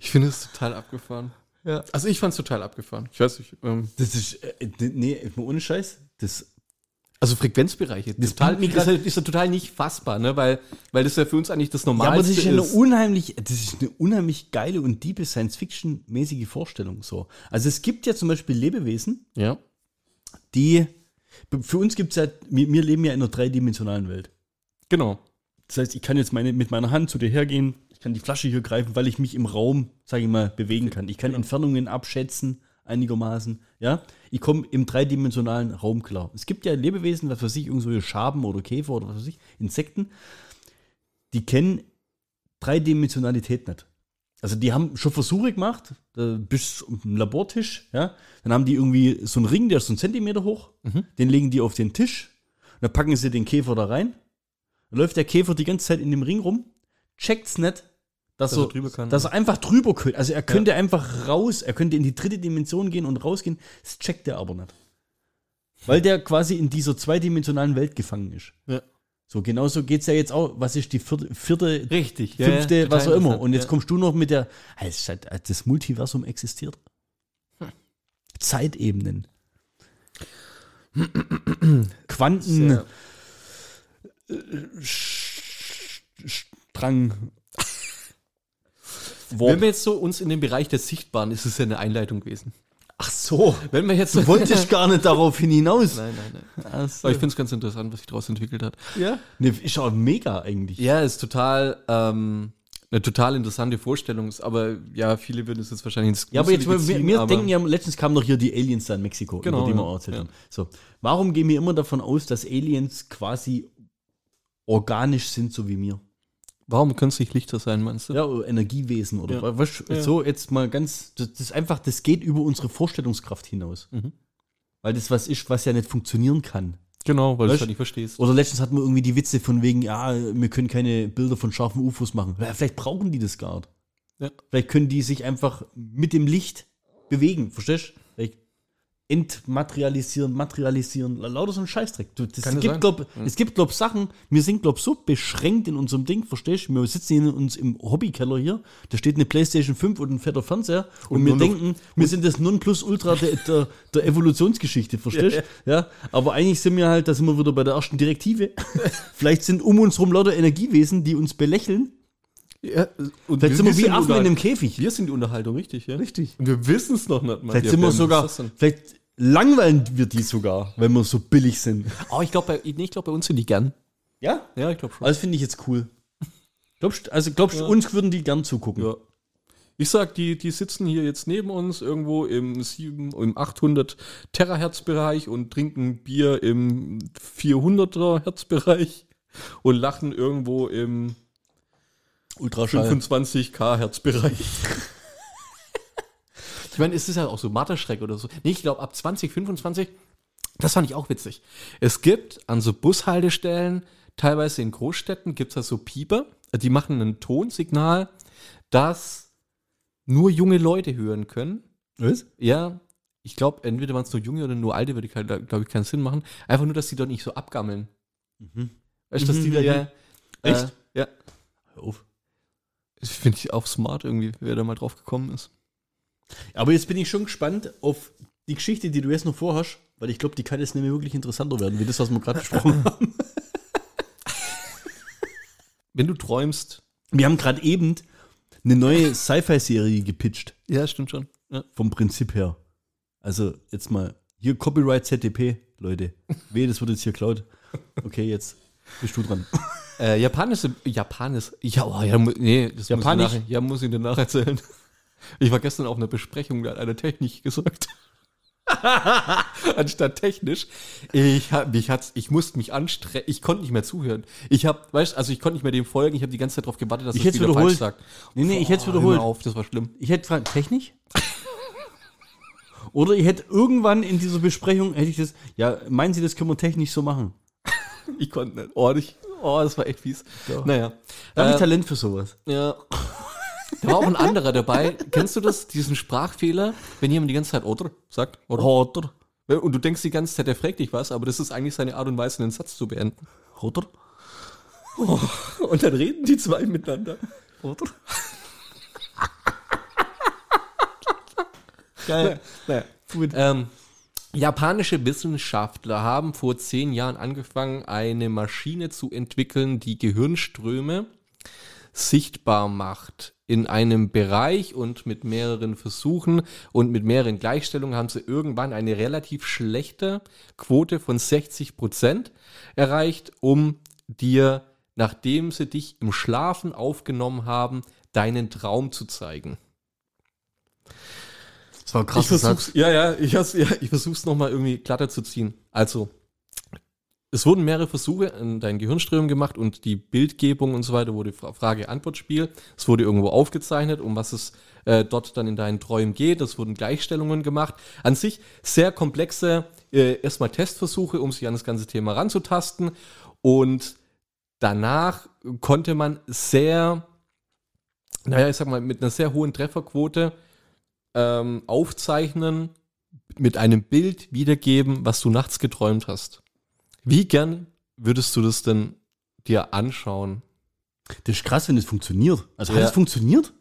Speaker 2: Ich finde es total abgefahren.
Speaker 1: Ja.
Speaker 2: Also ich fand es total abgefahren. Ich weiß nicht. Ähm,
Speaker 1: Das ist, äh, nee, ohne Scheiß, das
Speaker 2: also Frequenzbereiche.
Speaker 1: Das
Speaker 2: total,
Speaker 1: bringt mich
Speaker 2: ist, ja,
Speaker 1: grad-
Speaker 2: ist ja total nicht fassbar, ne? weil, weil das ja für uns eigentlich das
Speaker 1: Ja, aber das
Speaker 2: Normalste
Speaker 1: ist ja eine
Speaker 2: ist.
Speaker 1: unheimlich, das ist eine unheimlich geile und diebe Science-Fiction-mäßige Vorstellung so. Also es gibt ja zum Beispiel Lebewesen,
Speaker 2: Ja.
Speaker 1: die für uns gibt es ja, wir, wir leben ja in einer dreidimensionalen Welt.
Speaker 2: Genau.
Speaker 1: Das heißt, ich kann jetzt meine, mit meiner Hand zu dir hergehen, ich kann die Flasche hier greifen, weil ich mich im Raum, sage ich mal, bewegen kann. Ich kann Entfernungen abschätzen, einigermaßen. Ja, ich komme im dreidimensionalen Raum klar. Es gibt ja Lebewesen, was für sich irgendwelche Schaben oder Käfer oder was weiß ich, Insekten, die kennen Dreidimensionalität nicht. Also die haben schon Versuche gemacht, da bis zum Labortisch, ja. Dann haben die irgendwie so einen Ring, der ist so einen Zentimeter hoch,
Speaker 2: Mhm.
Speaker 1: den legen die auf den Tisch, dann packen sie den Käfer da rein, dann läuft der Käfer die ganze Zeit in dem Ring rum, checkt's nicht, dass,
Speaker 2: Dass
Speaker 1: er,
Speaker 2: er drüber kann.
Speaker 1: dass er einfach drüber könnte. Also er könnte einfach raus, er könnte in die dritte Dimension gehen und rausgehen, das checkt er aber nicht. Weil der quasi in dieser zweidimensionalen Welt gefangen ist.
Speaker 2: Ja.
Speaker 1: So, genauso geht's ja jetzt auch. Was ist die vierte, vierte
Speaker 2: Richtig.
Speaker 1: fünfte, was auch immer. Und jetzt
Speaker 2: kommt.
Speaker 1: kommst du noch mit der, Ah, es ist halt- das Multiversum existiert. Zeitebenen. Quanten.
Speaker 2: Sehr.
Speaker 1: Strang.
Speaker 2: Wenn wir jetzt so uns in den Bereich der Sichtbaren, ist es ja eine Einleitung gewesen.
Speaker 1: Ach so,
Speaker 2: Wenn wir jetzt so
Speaker 1: wollte ich gar nicht daraufhin hinaus.
Speaker 2: Nein, nein, nein.
Speaker 1: Ach so.
Speaker 2: Aber ich finde es ganz interessant, was sich daraus entwickelt hat.
Speaker 1: ja. Nee, Ne, ist auch mega eigentlich.
Speaker 2: Ja, ist total ähm, eine total interessante Vorstellung. Ist Aber ja, viele würden es jetzt wahrscheinlich ins
Speaker 1: Ja, aber jetzt,
Speaker 2: Gruselige
Speaker 1: wir,
Speaker 2: ziehen,
Speaker 1: wir
Speaker 2: aber-
Speaker 1: denken ja, letztens kamen doch hier die Aliens da in Mexiko,
Speaker 2: Genau,
Speaker 1: über die wir
Speaker 2: ja,
Speaker 1: auch erzählt
Speaker 2: ja.
Speaker 1: haben. So, warum gehen wir immer davon aus, dass Aliens quasi organisch sind, so wie wir?
Speaker 2: Warum können es nicht Lichter sein, meinst du?
Speaker 1: Ja, oder Energiewesen oder
Speaker 2: Ja.
Speaker 1: was,
Speaker 2: Ja.
Speaker 1: so jetzt mal ganz, das das ist einfach, das geht über unsere Vorstellungskraft hinaus.
Speaker 2: Mhm.
Speaker 1: Weil das was ist, was ja nicht funktionieren kann.
Speaker 2: Genau, weil du es
Speaker 1: Weißt-
Speaker 2: halt nicht verstehst.
Speaker 1: Oder letztens hatten wir irgendwie die Witze von wegen, ja, wir können keine Bilder von scharfen UFOs machen. Ja, vielleicht brauchen die das gar nicht.
Speaker 2: Ja.
Speaker 1: Vielleicht können die sich einfach mit dem Licht bewegen, verstehst du? Vielleicht entmaterialisieren, materialisieren, la- lauter so ein Scheißdreck. Du, das
Speaker 2: Kann ja
Speaker 1: gibt,
Speaker 2: sein. Mhm.
Speaker 1: glaub, Es gibt, glaub, Sachen, wir sind, glaub, so beschränkt in unserem Ding, verstehst du? Wir sitzen in uns im Hobbykeller hier, da steht eine Playstation 5 und ein fetter Fernseher und,
Speaker 2: Und
Speaker 1: wir
Speaker 2: nur noch-
Speaker 1: denken, wir sind das Nonplusultra der, der, der Evolutionsgeschichte, verstehst du? Ja, aber eigentlich sind wir halt, da sind wir wieder bei der ersten Direktive. Vielleicht sind um uns rum lauter Energiewesen, die uns belächeln.
Speaker 2: Ja, und
Speaker 1: Vielleicht sind wir wie
Speaker 2: wissen
Speaker 1: Affen in einem
Speaker 2: Unterhal-
Speaker 1: Käfig.
Speaker 2: Wir sind die Unterhaltung, richtig, ja?
Speaker 1: Richtig.
Speaker 2: Und wir wissen es noch nicht mal.
Speaker 1: Vielleicht
Speaker 2: Ja,
Speaker 1: sind
Speaker 2: wer-
Speaker 1: wir
Speaker 2: was
Speaker 1: sogar,
Speaker 2: ist das denn?
Speaker 1: vielleicht langweilen wir die sogar, wenn wir so billig sind.
Speaker 2: Oh, ich glaube, bei, nee, ich glaub, bei uns sind die gern.
Speaker 1: Ja?
Speaker 2: Ja, ich glaube schon.
Speaker 1: Also finde ich jetzt cool. Glaubst, also glaubst du,
Speaker 2: Ja.
Speaker 1: uns würden die gern zugucken?
Speaker 2: Ja. Ich sag, die, die sitzen hier jetzt neben uns irgendwo im 7, im 800 Terahertz Bereich und trinken Bier im 400er Hertz Bereich und lachen irgendwo im
Speaker 1: Ultraschall.
Speaker 2: 25k Hertz Bereich. Ich meine, es ist ja auch so Matterschreck oder so. Nee, ich glaube ab 20, 25, das fand ich auch witzig. Es gibt an so Bushaltestellen, teilweise in Großstädten, gibt es da so Pieper, die machen ein Tonsignal, das nur junge Leute hören können.
Speaker 1: Was?
Speaker 2: Ja, ich glaube, entweder waren es nur junge oder nur alte, würde, glaube ich, keinen Sinn machen. Einfach nur, dass die dort nicht so abgammeln.
Speaker 1: Mhm.
Speaker 2: Weißt du, dass die
Speaker 1: Mhm,
Speaker 2: da
Speaker 1: mhm.
Speaker 2: ja.
Speaker 1: Echt?
Speaker 2: Äh, ja.
Speaker 1: Hör auf.
Speaker 2: Das finde ich auch smart irgendwie, wer da mal drauf gekommen ist.
Speaker 1: Aber jetzt bin ich schon gespannt auf die Geschichte, die du jetzt noch vorhast, weil ich glaube, die kann jetzt nämlich wirklich interessanter werden, wie das, was wir gerade besprochen haben.
Speaker 2: Wenn du träumst.
Speaker 1: Wir haben gerade eben eine neue Sci-Fi-Serie gepitcht,
Speaker 2: Ja, stimmt schon. Ja.
Speaker 1: vom Prinzip her. Also jetzt mal, hier Copyright ZDP, Leute. Weh, das wird jetzt hier klaut. Okay, jetzt bist du dran.
Speaker 2: Äh, japanische, japanische, ja, oh, ja, mu- nee, das
Speaker 1: Japanisch?
Speaker 2: muss ich nachher, ja, muss ich dir nacherzählen. Ich war gestern auf einer Besprechung, da hat einer Technik gesagt. Anstatt technisch. Ich hab, mich hat's, ich musste mich anstrengen, ich konnte nicht mehr zuhören. Ich hab, weißt, also ich konnte nicht mehr dem folgen, ich habe die ganze Zeit darauf gewartet, dass
Speaker 1: Ich
Speaker 2: es
Speaker 1: hätt's wiederholt.
Speaker 2: sagt.
Speaker 1: Nee, nee, ich hätt's
Speaker 2: Boah,
Speaker 1: wiederholt.
Speaker 2: Hör auf, das war schlimm.
Speaker 1: Ich hätte gefragt, Technik? Oder ich hätte irgendwann in dieser Besprechung, hätte ich das, ja, meinen Sie, das können wir technisch so machen?
Speaker 2: Ich konnte nicht. Oh, ich, oh, das war echt fies.
Speaker 1: Ja.
Speaker 2: Naja.
Speaker 1: Da habe
Speaker 2: Äh,
Speaker 1: ich Talent für sowas.
Speaker 2: Ja. Da war auch ein anderer dabei. Kennst du das, diesen Sprachfehler, wenn jemand die ganze Zeit oder sagt? Oder?
Speaker 1: Oder?
Speaker 2: Und du denkst die ganze Zeit, der fragt dich was, aber das ist eigentlich seine Art und Weise, einen Satz zu beenden.
Speaker 1: Oder?
Speaker 2: Und dann reden die zwei miteinander. Oder? Geil. Naja.
Speaker 1: Gut.
Speaker 2: Ähm, japanische Wissenschaftler haben vor zehn Jahren angefangen, eine Maschine zu entwickeln, die Gehirnströme sichtbar macht in einem Bereich und mit mehreren Versuchen und mit mehreren Gleichstellungen haben sie irgendwann eine relativ schlechte Quote von 60 Prozent erreicht, um dir, nachdem sie dich im Schlafen aufgenommen haben, deinen Traum zu zeigen.
Speaker 1: Das war ein
Speaker 2: Ich
Speaker 1: krasser
Speaker 2: versuch's,
Speaker 1: Satz.
Speaker 2: ja, ja, ich, has- ja, ich versuch's nochmal irgendwie glatter zu ziehen. Also, es wurden mehrere Versuche an deinen Gehirnströmen gemacht und die Bildgebung und so weiter wurde Fra- Frage-Antwort-Spiel. Es wurde irgendwo aufgezeichnet, um was es äh, dort dann in deinen Träumen geht. Es wurden Gleichstellungen gemacht. An sich sehr komplexe, äh, erstmal Testversuche, um sich an das ganze Thema ranzutasten. Und danach konnte man sehr, naja, ich sag mal, mit einer sehr hohen Trefferquote ähm, aufzeichnen, mit einem Bild wiedergeben, was du nachts geträumt hast. Wie gern würdest du das denn dir anschauen?
Speaker 1: Das ist krass, wenn das funktioniert. Also hat
Speaker 2: Ja.
Speaker 1: es funktioniert?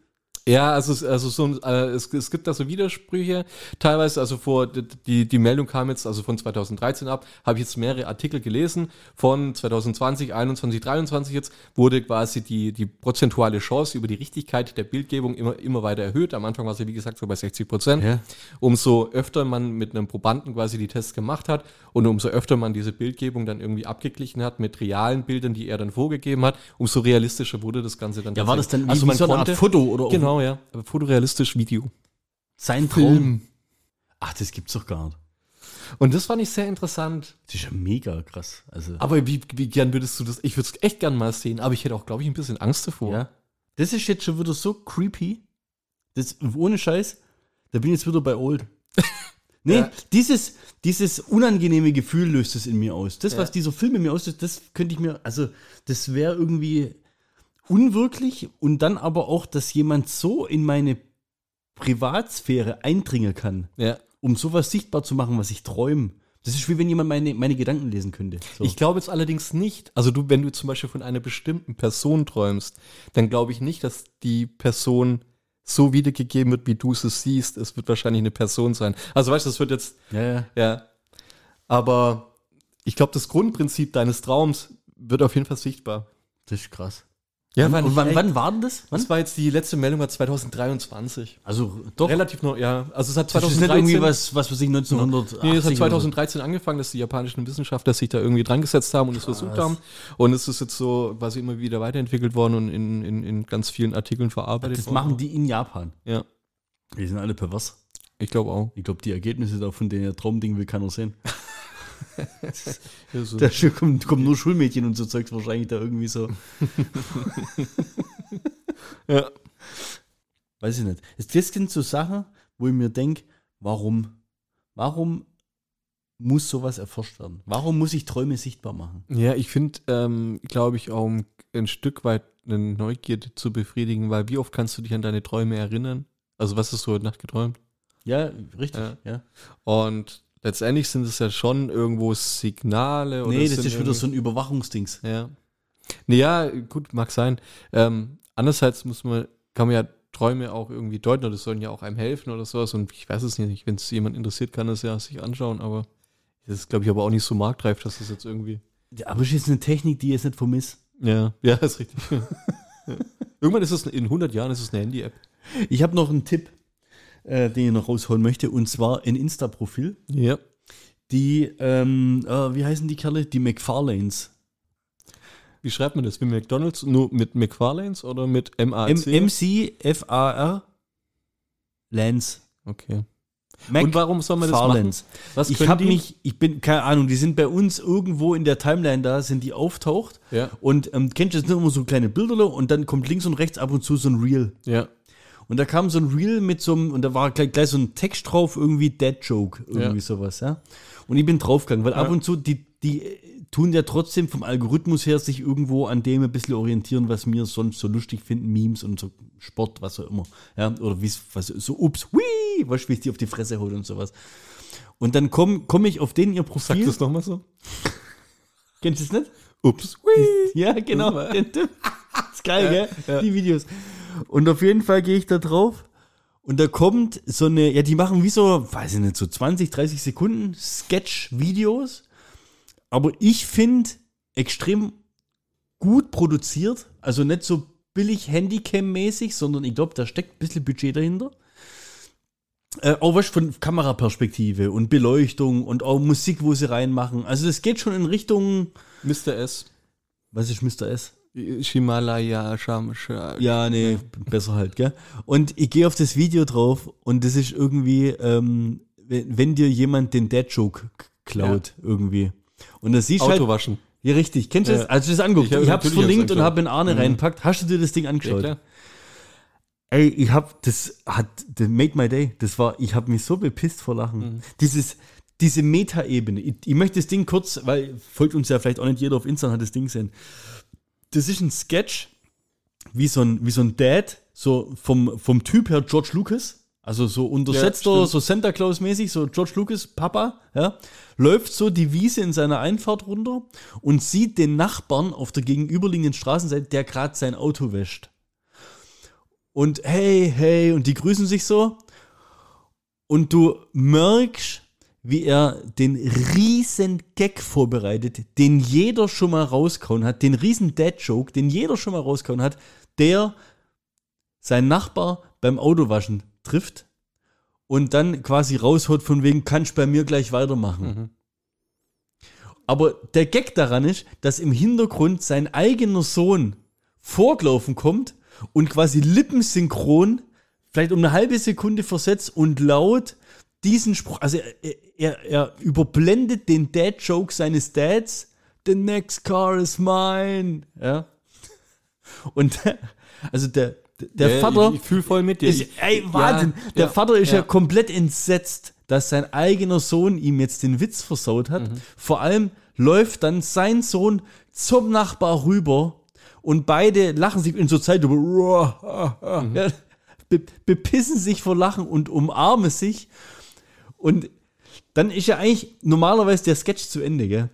Speaker 2: Ja, also, es- also so, ein- äh, es, es gibt da so Widersprüche. Teilweise, also vor die, die Meldung kam jetzt also von 2013 ab, habe ich jetzt mehrere Artikel gelesen. Von 2020, 21, 23 jetzt wurde quasi die, die prozentuale Chance über die Richtigkeit der Bildgebung immer, immer weiter erhöht. Am Anfang war es ja wie gesagt so bei 60 Prozent.
Speaker 1: Ja.
Speaker 2: Umso öfter man mit einem Probanden quasi die Tests gemacht hat und umso öfter man diese Bildgebung dann irgendwie abgeglichen hat mit realen Bildern, die er dann vorgegeben hat, umso realistischer wurde das Ganze dann.
Speaker 1: Ja, war das dann wie,
Speaker 2: also
Speaker 1: wie
Speaker 2: man
Speaker 1: so eine
Speaker 2: konnte,
Speaker 1: Art Foto oder auch
Speaker 2: Genau, ja. Aber fotorealistisch Video.
Speaker 1: sein Traum? Ach, das gibt's doch gar nicht.
Speaker 2: Und das fand ich sehr interessant.
Speaker 1: Das ist ja mega krass. Also,
Speaker 2: Aber wie, wie gern würdest du das? Ich würde es echt gern mal sehen, aber ich hätte auch, glaube ich, ein bisschen Angst davor.
Speaker 1: ja. Das ist jetzt schon wieder so creepy. Das, ohne Scheiß, da bin ich jetzt wieder bei Old. Nee, dieses, dieses unangenehme Gefühl löst es in mir aus. Das, was dieser Film in mir auslöst, das könnte ich mir, also das wäre irgendwie unwirklich und dann aber auch, dass jemand so in meine Privatsphäre eindringen kann,
Speaker 2: Ja.
Speaker 1: um sowas sichtbar zu machen, was ich träume. Das ist wie wenn jemand meine, meine Gedanken lesen könnte. So.
Speaker 2: Ich glaube jetzt allerdings nicht, also du, wenn du zum Beispiel von einer bestimmten Person träumst, dann glaube ich nicht, dass die Person so wiedergegeben wird, wie du sie siehst. Es wird wahrscheinlich eine Person sein. Also weißt du, das wird jetzt,
Speaker 1: ja, ja.
Speaker 2: ja. Aber ich glaube, das Grundprinzip deines Traums wird auf jeden Fall sichtbar.
Speaker 1: Das ist krass.
Speaker 2: Ja,
Speaker 1: und und wann,
Speaker 2: wann,
Speaker 1: wann war denn das? Wann?
Speaker 2: Das war jetzt die letzte Meldung war 2023.
Speaker 1: Also doch.
Speaker 2: Relativ neu, ja. Also es hat
Speaker 1: Das ist nicht irgendwie
Speaker 2: 2013
Speaker 1: was, was weiß ich, 1900.
Speaker 2: Nee, halt es hat 2013 angefangen, dass die japanischen Wissenschaftler sich da irgendwie dran gesetzt haben und es versucht haben. Und es ist jetzt so quasi immer wieder weiterentwickelt worden und in, in, in ganz vielen Artikeln verarbeitet
Speaker 1: Das
Speaker 2: worden.
Speaker 1: machen die in Japan.
Speaker 2: Ja,
Speaker 1: Die sind alle pervers.
Speaker 2: ich glaube auch.
Speaker 1: Ich glaube, die Ergebnisse davon, den der Traumding will, kann er sehen.
Speaker 2: Ja, so.
Speaker 1: Da kommen, kommen nur Schulmädchen und so Zeugs wahrscheinlich da irgendwie so.
Speaker 2: ja.
Speaker 1: Weiß ich nicht. Es- Das sind so Sachen, wo ich mir denke, warum? Warum muss sowas erforscht werden? Warum muss ich Träume sichtbar machen?
Speaker 2: ja, ich finde, ähm, glaube ich, auch um ein Stück weit eine Neugierde zu befriedigen, weil wie oft kannst du dich an deine Träume erinnern? Also was hast du heute Nacht geträumt?
Speaker 1: Ja, richtig.
Speaker 2: Ja.
Speaker 1: Ja.
Speaker 2: Und letztendlich sind es ja schon irgendwo Signale oder
Speaker 1: Nee, das
Speaker 2: sind
Speaker 1: ist wieder
Speaker 2: irgendwie-
Speaker 1: so ein Überwachungsdings.
Speaker 2: Ja. Naja, gut, mag sein. Ähm, andererseits muss man, kann man ja Träume auch irgendwie deuten oder sollen ja auch einem helfen oder sowas. Und ich weiß es nicht, wenn es jemand interessiert, kann es ja sich anschauen, aber das ist, glaube ich, aber auch nicht so marktreif, dass das jetzt irgendwie.
Speaker 1: Ja, aber es ist jetzt eine Technik, die ich jetzt nicht vermisst.
Speaker 2: Ja, ja, ist richtig. ja. Irgendwann ist es, in 100 Jahren ist es eine Handy-App.
Speaker 1: Ich habe noch einen Tipp, äh, den ich noch rausholen möchte, und zwar ein Insta-Profil.
Speaker 2: Ja.
Speaker 1: Die, ähm, äh, wie heißen die Kerle? Die McFarlanes.
Speaker 2: Wie schreibt man das? Wie McDonalds? Nur mit McFarlanes oder mit MAC?
Speaker 1: M- M-C-F-A-R Lance.
Speaker 2: okay.
Speaker 1: Mac
Speaker 2: Und warum soll man das
Speaker 1: Farlands.
Speaker 2: machen? Was
Speaker 1: ich
Speaker 2: können
Speaker 1: habe
Speaker 2: die?
Speaker 1: mich, ich bin, keine Ahnung, die sind bei uns irgendwo in der Timeline da, sind die auftaucht.
Speaker 2: Ja.
Speaker 1: Und ähm, kennst du jetzt nur immer so kleine Bilderle und dann kommt links und rechts ab und zu so ein Reel.
Speaker 2: Ja.
Speaker 1: Und da kam so ein Reel mit so einem, und da war gleich, gleich so ein Text drauf, irgendwie Dead Joke, irgendwie
Speaker 2: Ja.
Speaker 1: sowas, ja. Und ich bin draufgegangen, weil ab
Speaker 2: Ja.
Speaker 1: und zu, die, die äh, tun ja trotzdem vom Algorithmus her sich irgendwo an dem ein bisschen orientieren, was wir sonst so lustig finden, Memes und so Sport, was auch immer, ja. Oder wie's, was, so, ups, wie, was, wie ich die auf die Fresse hole und sowas. Und dann komme komm ich auf den ihr
Speaker 2: Sagt
Speaker 1: Profil.
Speaker 2: das nochmal so?
Speaker 1: Kennst du das nicht?
Speaker 2: Ups.
Speaker 1: Ja, genau.
Speaker 2: Super.
Speaker 1: Den Typ. ist geil, gell?
Speaker 2: ja.
Speaker 1: Die Videos. Und auf jeden Fall gehe ich da drauf und da kommt so eine, ja, die machen wie so, weiß ich nicht, so 20, 30 Sekunden Sketch-Videos. Aber ich finde extrem gut produziert, also nicht so billig Handycam-mäßig, sondern ich glaube, da steckt ein bisschen Budget dahinter. Äh, auch was von Kameraperspektive und Beleuchtung und auch Musik, wo sie reinmachen. Also das geht schon in Richtung,
Speaker 2: Mr. S.
Speaker 1: was ist Mr. S?
Speaker 2: Himalaya, Sham, Sham.
Speaker 1: Ja, nee, besser halt, gell? Und ich gehe auf das Video drauf und das ist irgendwie, ähm, wenn, wenn dir jemand den Dad-Joke k- klaut, irgendwie. Und das siehst halt.
Speaker 2: Auto waschen.
Speaker 1: Ja, richtig. Kennst du das?
Speaker 2: Ja.
Speaker 1: Als du das anguckst,
Speaker 2: Ich hab-
Speaker 1: ich hab's
Speaker 2: natürlich hab's
Speaker 1: verlinkt und
Speaker 2: angeschaut. Mhm.
Speaker 1: hab in Arne reinpackt. Hast du dir das Ding angeschaut? Ey, ich hab, das hat, das made my day. Das war, ich hab mich so bepisst vor Lachen.
Speaker 2: Mhm.
Speaker 1: Dieses, diese Meta-Ebene. Ich, ich möchte das Ding kurz, weil folgt uns ja vielleicht auch nicht jeder auf Insta und hat das Ding gesehen. Das ist ein Sketch, wie so ein, wie so ein Dad, so vom, vom Typ her George Lucas. Also so untersetzter,
Speaker 2: stimmt.
Speaker 1: so Santa Claus-mäßig, so George Lucas, Papa, ja, läuft so die Wiese in seiner Einfahrt runter und sieht den Nachbarn auf der gegenüberliegenden Straßenseite, der gerade sein Auto wäscht und hey, hey, und die grüßen sich so. Und du merkst, wie er den riesen Gag vorbereitet, den jeder schon mal rauskauen hat, den riesen Dad-Joke, den jeder schon mal rauskauen hat, der seinen Nachbar beim Autowaschen trifft und dann quasi rausholt von wegen, kannst bei mir gleich weitermachen.
Speaker 2: Mhm.
Speaker 1: Aber der Gag daran ist, dass im Hintergrund sein eigener Sohn vorgelaufen kommt und quasi lippensynchron, vielleicht um eine halbe Sekunde versetzt und laut diesen Spruch, also er, er, er überblendet den Dad-Joke seines Dads, the next car is mine, ja. Und der, also der, der
Speaker 2: Ja,
Speaker 1: Vater.
Speaker 2: Äh, Ich, ich fühl voll mit dir.
Speaker 1: Ist,
Speaker 2: Ich-
Speaker 1: ey, Wahnsinn.
Speaker 2: Ja,
Speaker 1: der
Speaker 2: ja,
Speaker 1: Vater ist ja.
Speaker 2: ja.
Speaker 1: komplett entsetzt, dass sein eigener Sohn ihm jetzt den Witz versaut hat.
Speaker 2: Mhm.
Speaker 1: Vor allem läuft dann sein Sohn zum Nachbar rüber und beide lachen sich in so Zeit über.
Speaker 2: Mhm.
Speaker 1: Ja, be, bepissen sich vor Lachen und umarmen sich. Und dann ist ja eigentlich normalerweise der Sketch zu Ende, gell?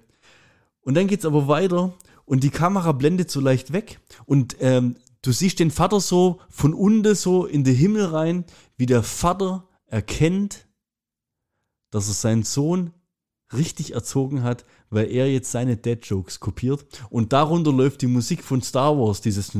Speaker 1: Und dann geht's aber weiter und die Kamera blendet so leicht weg und ähm, du siehst den Vater so von unten so in den Himmel rein, wie der Vater erkennt, dass er seinen Sohn richtig erzogen hat, weil er jetzt seine Dad-Jokes kopiert und darunter läuft die Musik von Star Wars, dieses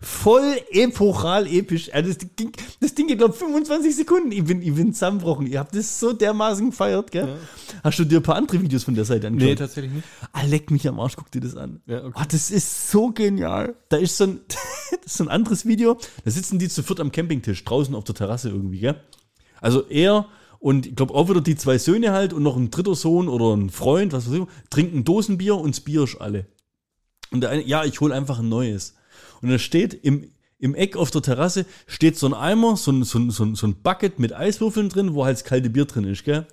Speaker 1: voll epochal episch. Also das, ging, das Ding geht glaube 25 Sekunden. Ich bin, ich bin zusammenbrochen. Ihr habt das so dermaßen gefeiert, gell? Hast du dir ein paar andere Videos von der Seite
Speaker 2: Nee,
Speaker 1: angeschaut?
Speaker 2: tatsächlich nicht.
Speaker 1: ah, leck mich am Arsch, guck dir das an.
Speaker 2: Mhm. Ja, okay.
Speaker 1: Ah, das ist so genial. Da ist so ein, das ist so ein anderes Video. Da sitzen die zu viert am Campingtisch, draußen auf der Terrasse irgendwie, gell? Also er und ich glaube auch wieder die zwei Söhne halt und noch ein dritter Sohn oder ein Freund, was weiß ich, trinken Dosenbier und das Bier ist alle. Und der eine, ja, ich hole einfach ein neues. Und da steht im, im Eck auf der Terrasse steht so ein Eimer, so ein, so, ein, so, ein, so ein Bucket mit Eiswürfeln drin, wo halt das kalte Bier drin ist, gell?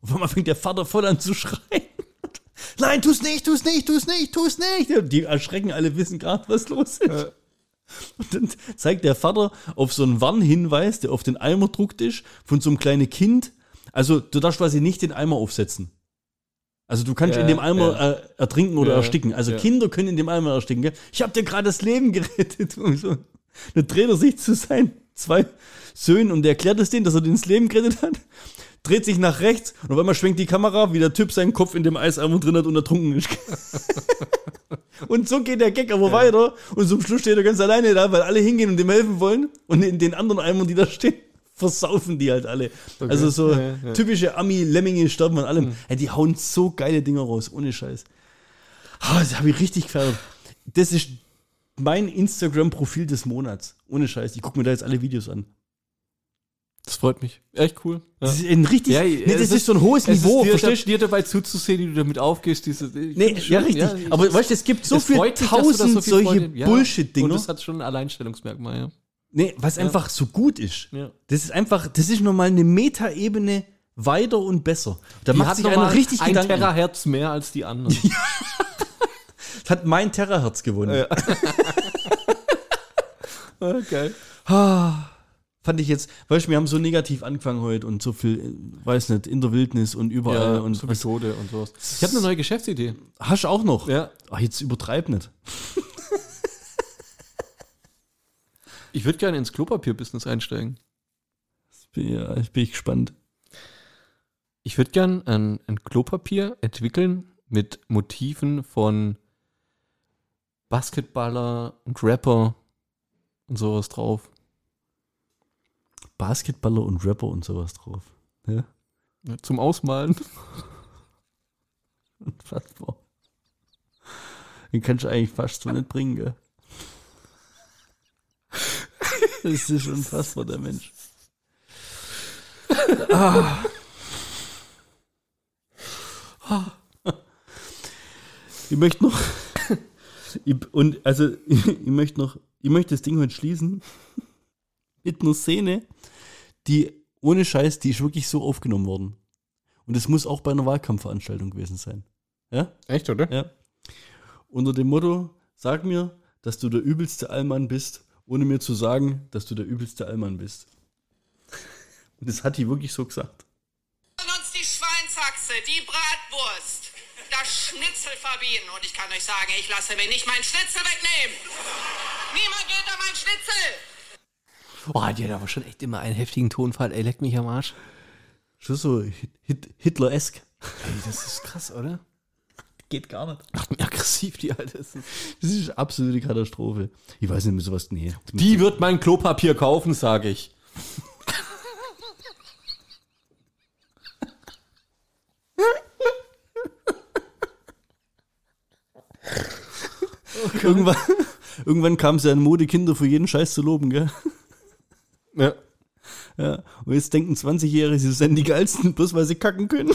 Speaker 1: Und auf einmal fängt der Vater voll an zu schreien. Nein, tu's nicht, tu's nicht, tu's nicht, tu's nicht. Die erschrecken alle, wissen gerade, was los ist. Und dann zeigt der Vater auf so einen Warnhinweis, der auf den Eimer druckt ist, von so einem kleinen Kind. Also, du darfst quasi nicht den Eimer aufsetzen. Also, du kannst
Speaker 2: Ja,
Speaker 1: in dem Eimer äh, ertrinken oder
Speaker 2: Ja,
Speaker 1: ersticken. Also,
Speaker 2: ja.
Speaker 1: Kinder können in dem Eimer ersticken. Gell? Ich habe dir gerade das Leben gerettet. Und so. Dann dreht er sich zu seinen zwei Söhnen und erklärt es denen, dass er denen das Leben gerettet hat. Dreht sich nach rechts und auf einmal schwenkt die Kamera, wie der Typ seinen Kopf in dem Eiseimer drin hat und ertrunken ist. Und so geht der Gag aber weiter. Und zum Schluss steht er ganz alleine da, weil alle hingehen und ihm helfen wollen. Und in den anderen Eimern, die da stehen, versaufen die halt alle. Also so
Speaker 2: Ja, ja, Hm. ja.
Speaker 1: typische Ami-Lemminge sterben an allem. Ey, die hauen so geile Dinger raus, ohne Scheiß. Ah, das habe ich richtig gefeiert. Das ist mein Instagram-Profil des Monats. Ohne Scheiß. Ich gucke mir da jetzt alle Videos an.
Speaker 2: Das freut mich. Echt cool. Ja.
Speaker 1: Das ist ein richtig.
Speaker 2: Ja,
Speaker 1: nee,
Speaker 2: es
Speaker 1: das ist,
Speaker 2: ist-
Speaker 1: so ein hohes Niveau,
Speaker 2: dir,
Speaker 1: verstehst du?
Speaker 2: dir dabei zuzusehen, wie du damit aufgehst. Diese,
Speaker 1: Nee, ja, richtig. aber weißt du, es gibt so
Speaker 2: es
Speaker 1: viel
Speaker 2: freut mich, dass du da
Speaker 1: tausend
Speaker 2: so viel
Speaker 1: solche
Speaker 2: Freude- ja. Und
Speaker 1: Bullshit-Dinger.
Speaker 2: das hat schon ein Alleinstellungsmerkmal,
Speaker 1: Nee, was einfach so gut ist.
Speaker 2: Ja.
Speaker 1: Das ist einfach, das ist nochmal eine Metaebene weiter und besser. Da
Speaker 2: Die
Speaker 1: macht
Speaker 2: hat
Speaker 1: sich
Speaker 2: noch
Speaker 1: einer
Speaker 2: mal
Speaker 1: richtig
Speaker 2: ein
Speaker 1: Gedanken.
Speaker 2: Terahertz mehr als die anderen.
Speaker 1: Das hat mein Terahertz gewonnen.
Speaker 2: Geil.
Speaker 1: Fand ich jetzt, weißt du, wir haben so negativ angefangen heute und so viel, äh, weiß nicht, in der Wildnis und überall
Speaker 2: Ja,
Speaker 1: und
Speaker 2: und
Speaker 1: was,
Speaker 2: Methode und sowas. Ich habe eine neue Geschäftsidee.
Speaker 1: hast du auch noch.
Speaker 2: Ja.
Speaker 1: Ach, jetzt übertreib nicht.
Speaker 2: Ich würde gerne ins Klopapier-Business einsteigen.
Speaker 1: Ja, ich äh, bin ich gespannt.
Speaker 2: Ich würde gerne ein, ein Klopapier entwickeln mit Motiven von Basketballer und Rapper und sowas drauf.
Speaker 1: Basketballer und Rapper und sowas drauf. Ja,
Speaker 2: Ja, Zum Ausmalen.
Speaker 1: unfassbar. Den kannst du eigentlich fast so nicht bringen, gell? Das ist unfassbar, der Mensch. Ich möchte noch. Ich, und also, ich, möchte noch. Ich möchte das Ding heute schließen. Mit einer Szene, die ohne Scheiß, die ist wirklich so aufgenommen worden. Und es muss auch bei einer Wahlkampfveranstaltung gewesen sein. Ja?
Speaker 2: Echt, oder?
Speaker 1: Ja. Unter dem Motto: Sag mir, dass du der übelste Allmann bist, ohne mir zu sagen, dass du der übelste Allmann bist. Und das hat die wirklich so gesagt.
Speaker 4: Und uns die Schweinshaxe, die Bratwurst, das Schnitzel verbieten. Und ich kann euch sagen, ich lasse mir nicht meinen Schnitzel wegnehmen. Niemand geht an meinen Schnitzel.
Speaker 2: Boah, die hat aber schon echt immer einen heftigen Tonfall. Ey, leck mich am Arsch.
Speaker 1: Schon so Hit Hit- Hitler-esk.
Speaker 2: Ey, das ist krass, oder?
Speaker 1: Geht gar nicht.
Speaker 2: Macht mir aggressiv, die Alte. Das ist-
Speaker 1: Das ist absolute Katastrophe. Ich weiß nicht mehr sowas. Nee.
Speaker 2: Die wird mein Klopapier kaufen, sage ich.
Speaker 1: Irgendwann, irgendwann kam es ja in Mode, Kinder für jeden Scheiß zu loben, gell?
Speaker 2: Ja.
Speaker 1: Ja. Und jetzt denken 20-Jährige, sie sind die geilsten, bloß weil sie kacken können.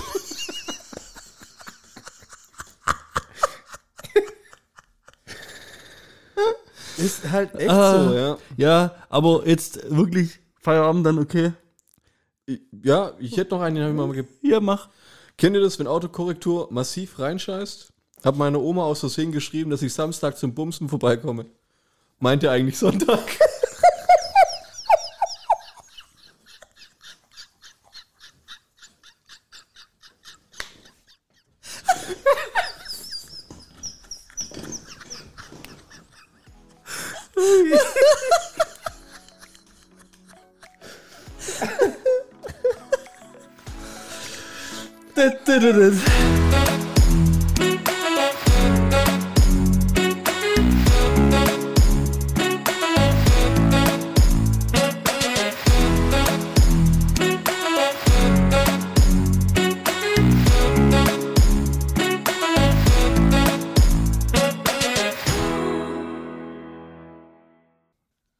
Speaker 1: Ist halt echt
Speaker 2: Ah.
Speaker 1: so, ja.
Speaker 2: Ja, aber jetzt wirklich.
Speaker 1: Feierabend dann, okay.
Speaker 2: Ja, ich hätte noch einen, den habe ich mal ge
Speaker 1: Hier, mach.
Speaker 2: Kennt ihr das, wenn Autokorrektur massiv reinscheißt? Hab meine Oma aus Versehen geschrieben, dass ich Samstag zum Bumsen vorbeikomme. Meint ihr eigentlich Sonntag?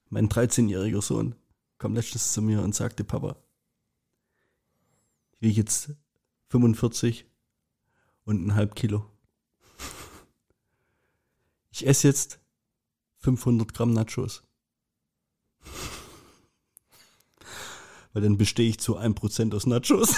Speaker 1: Mein 13-jähriger Sohn kam letztens zu mir und sagte, Papa, ich wiege jetzt 45 und ein halb Kilo. Ich esse jetzt 500 Gramm Nachos. Weil dann bestehe ich zu 1% aus Nachos.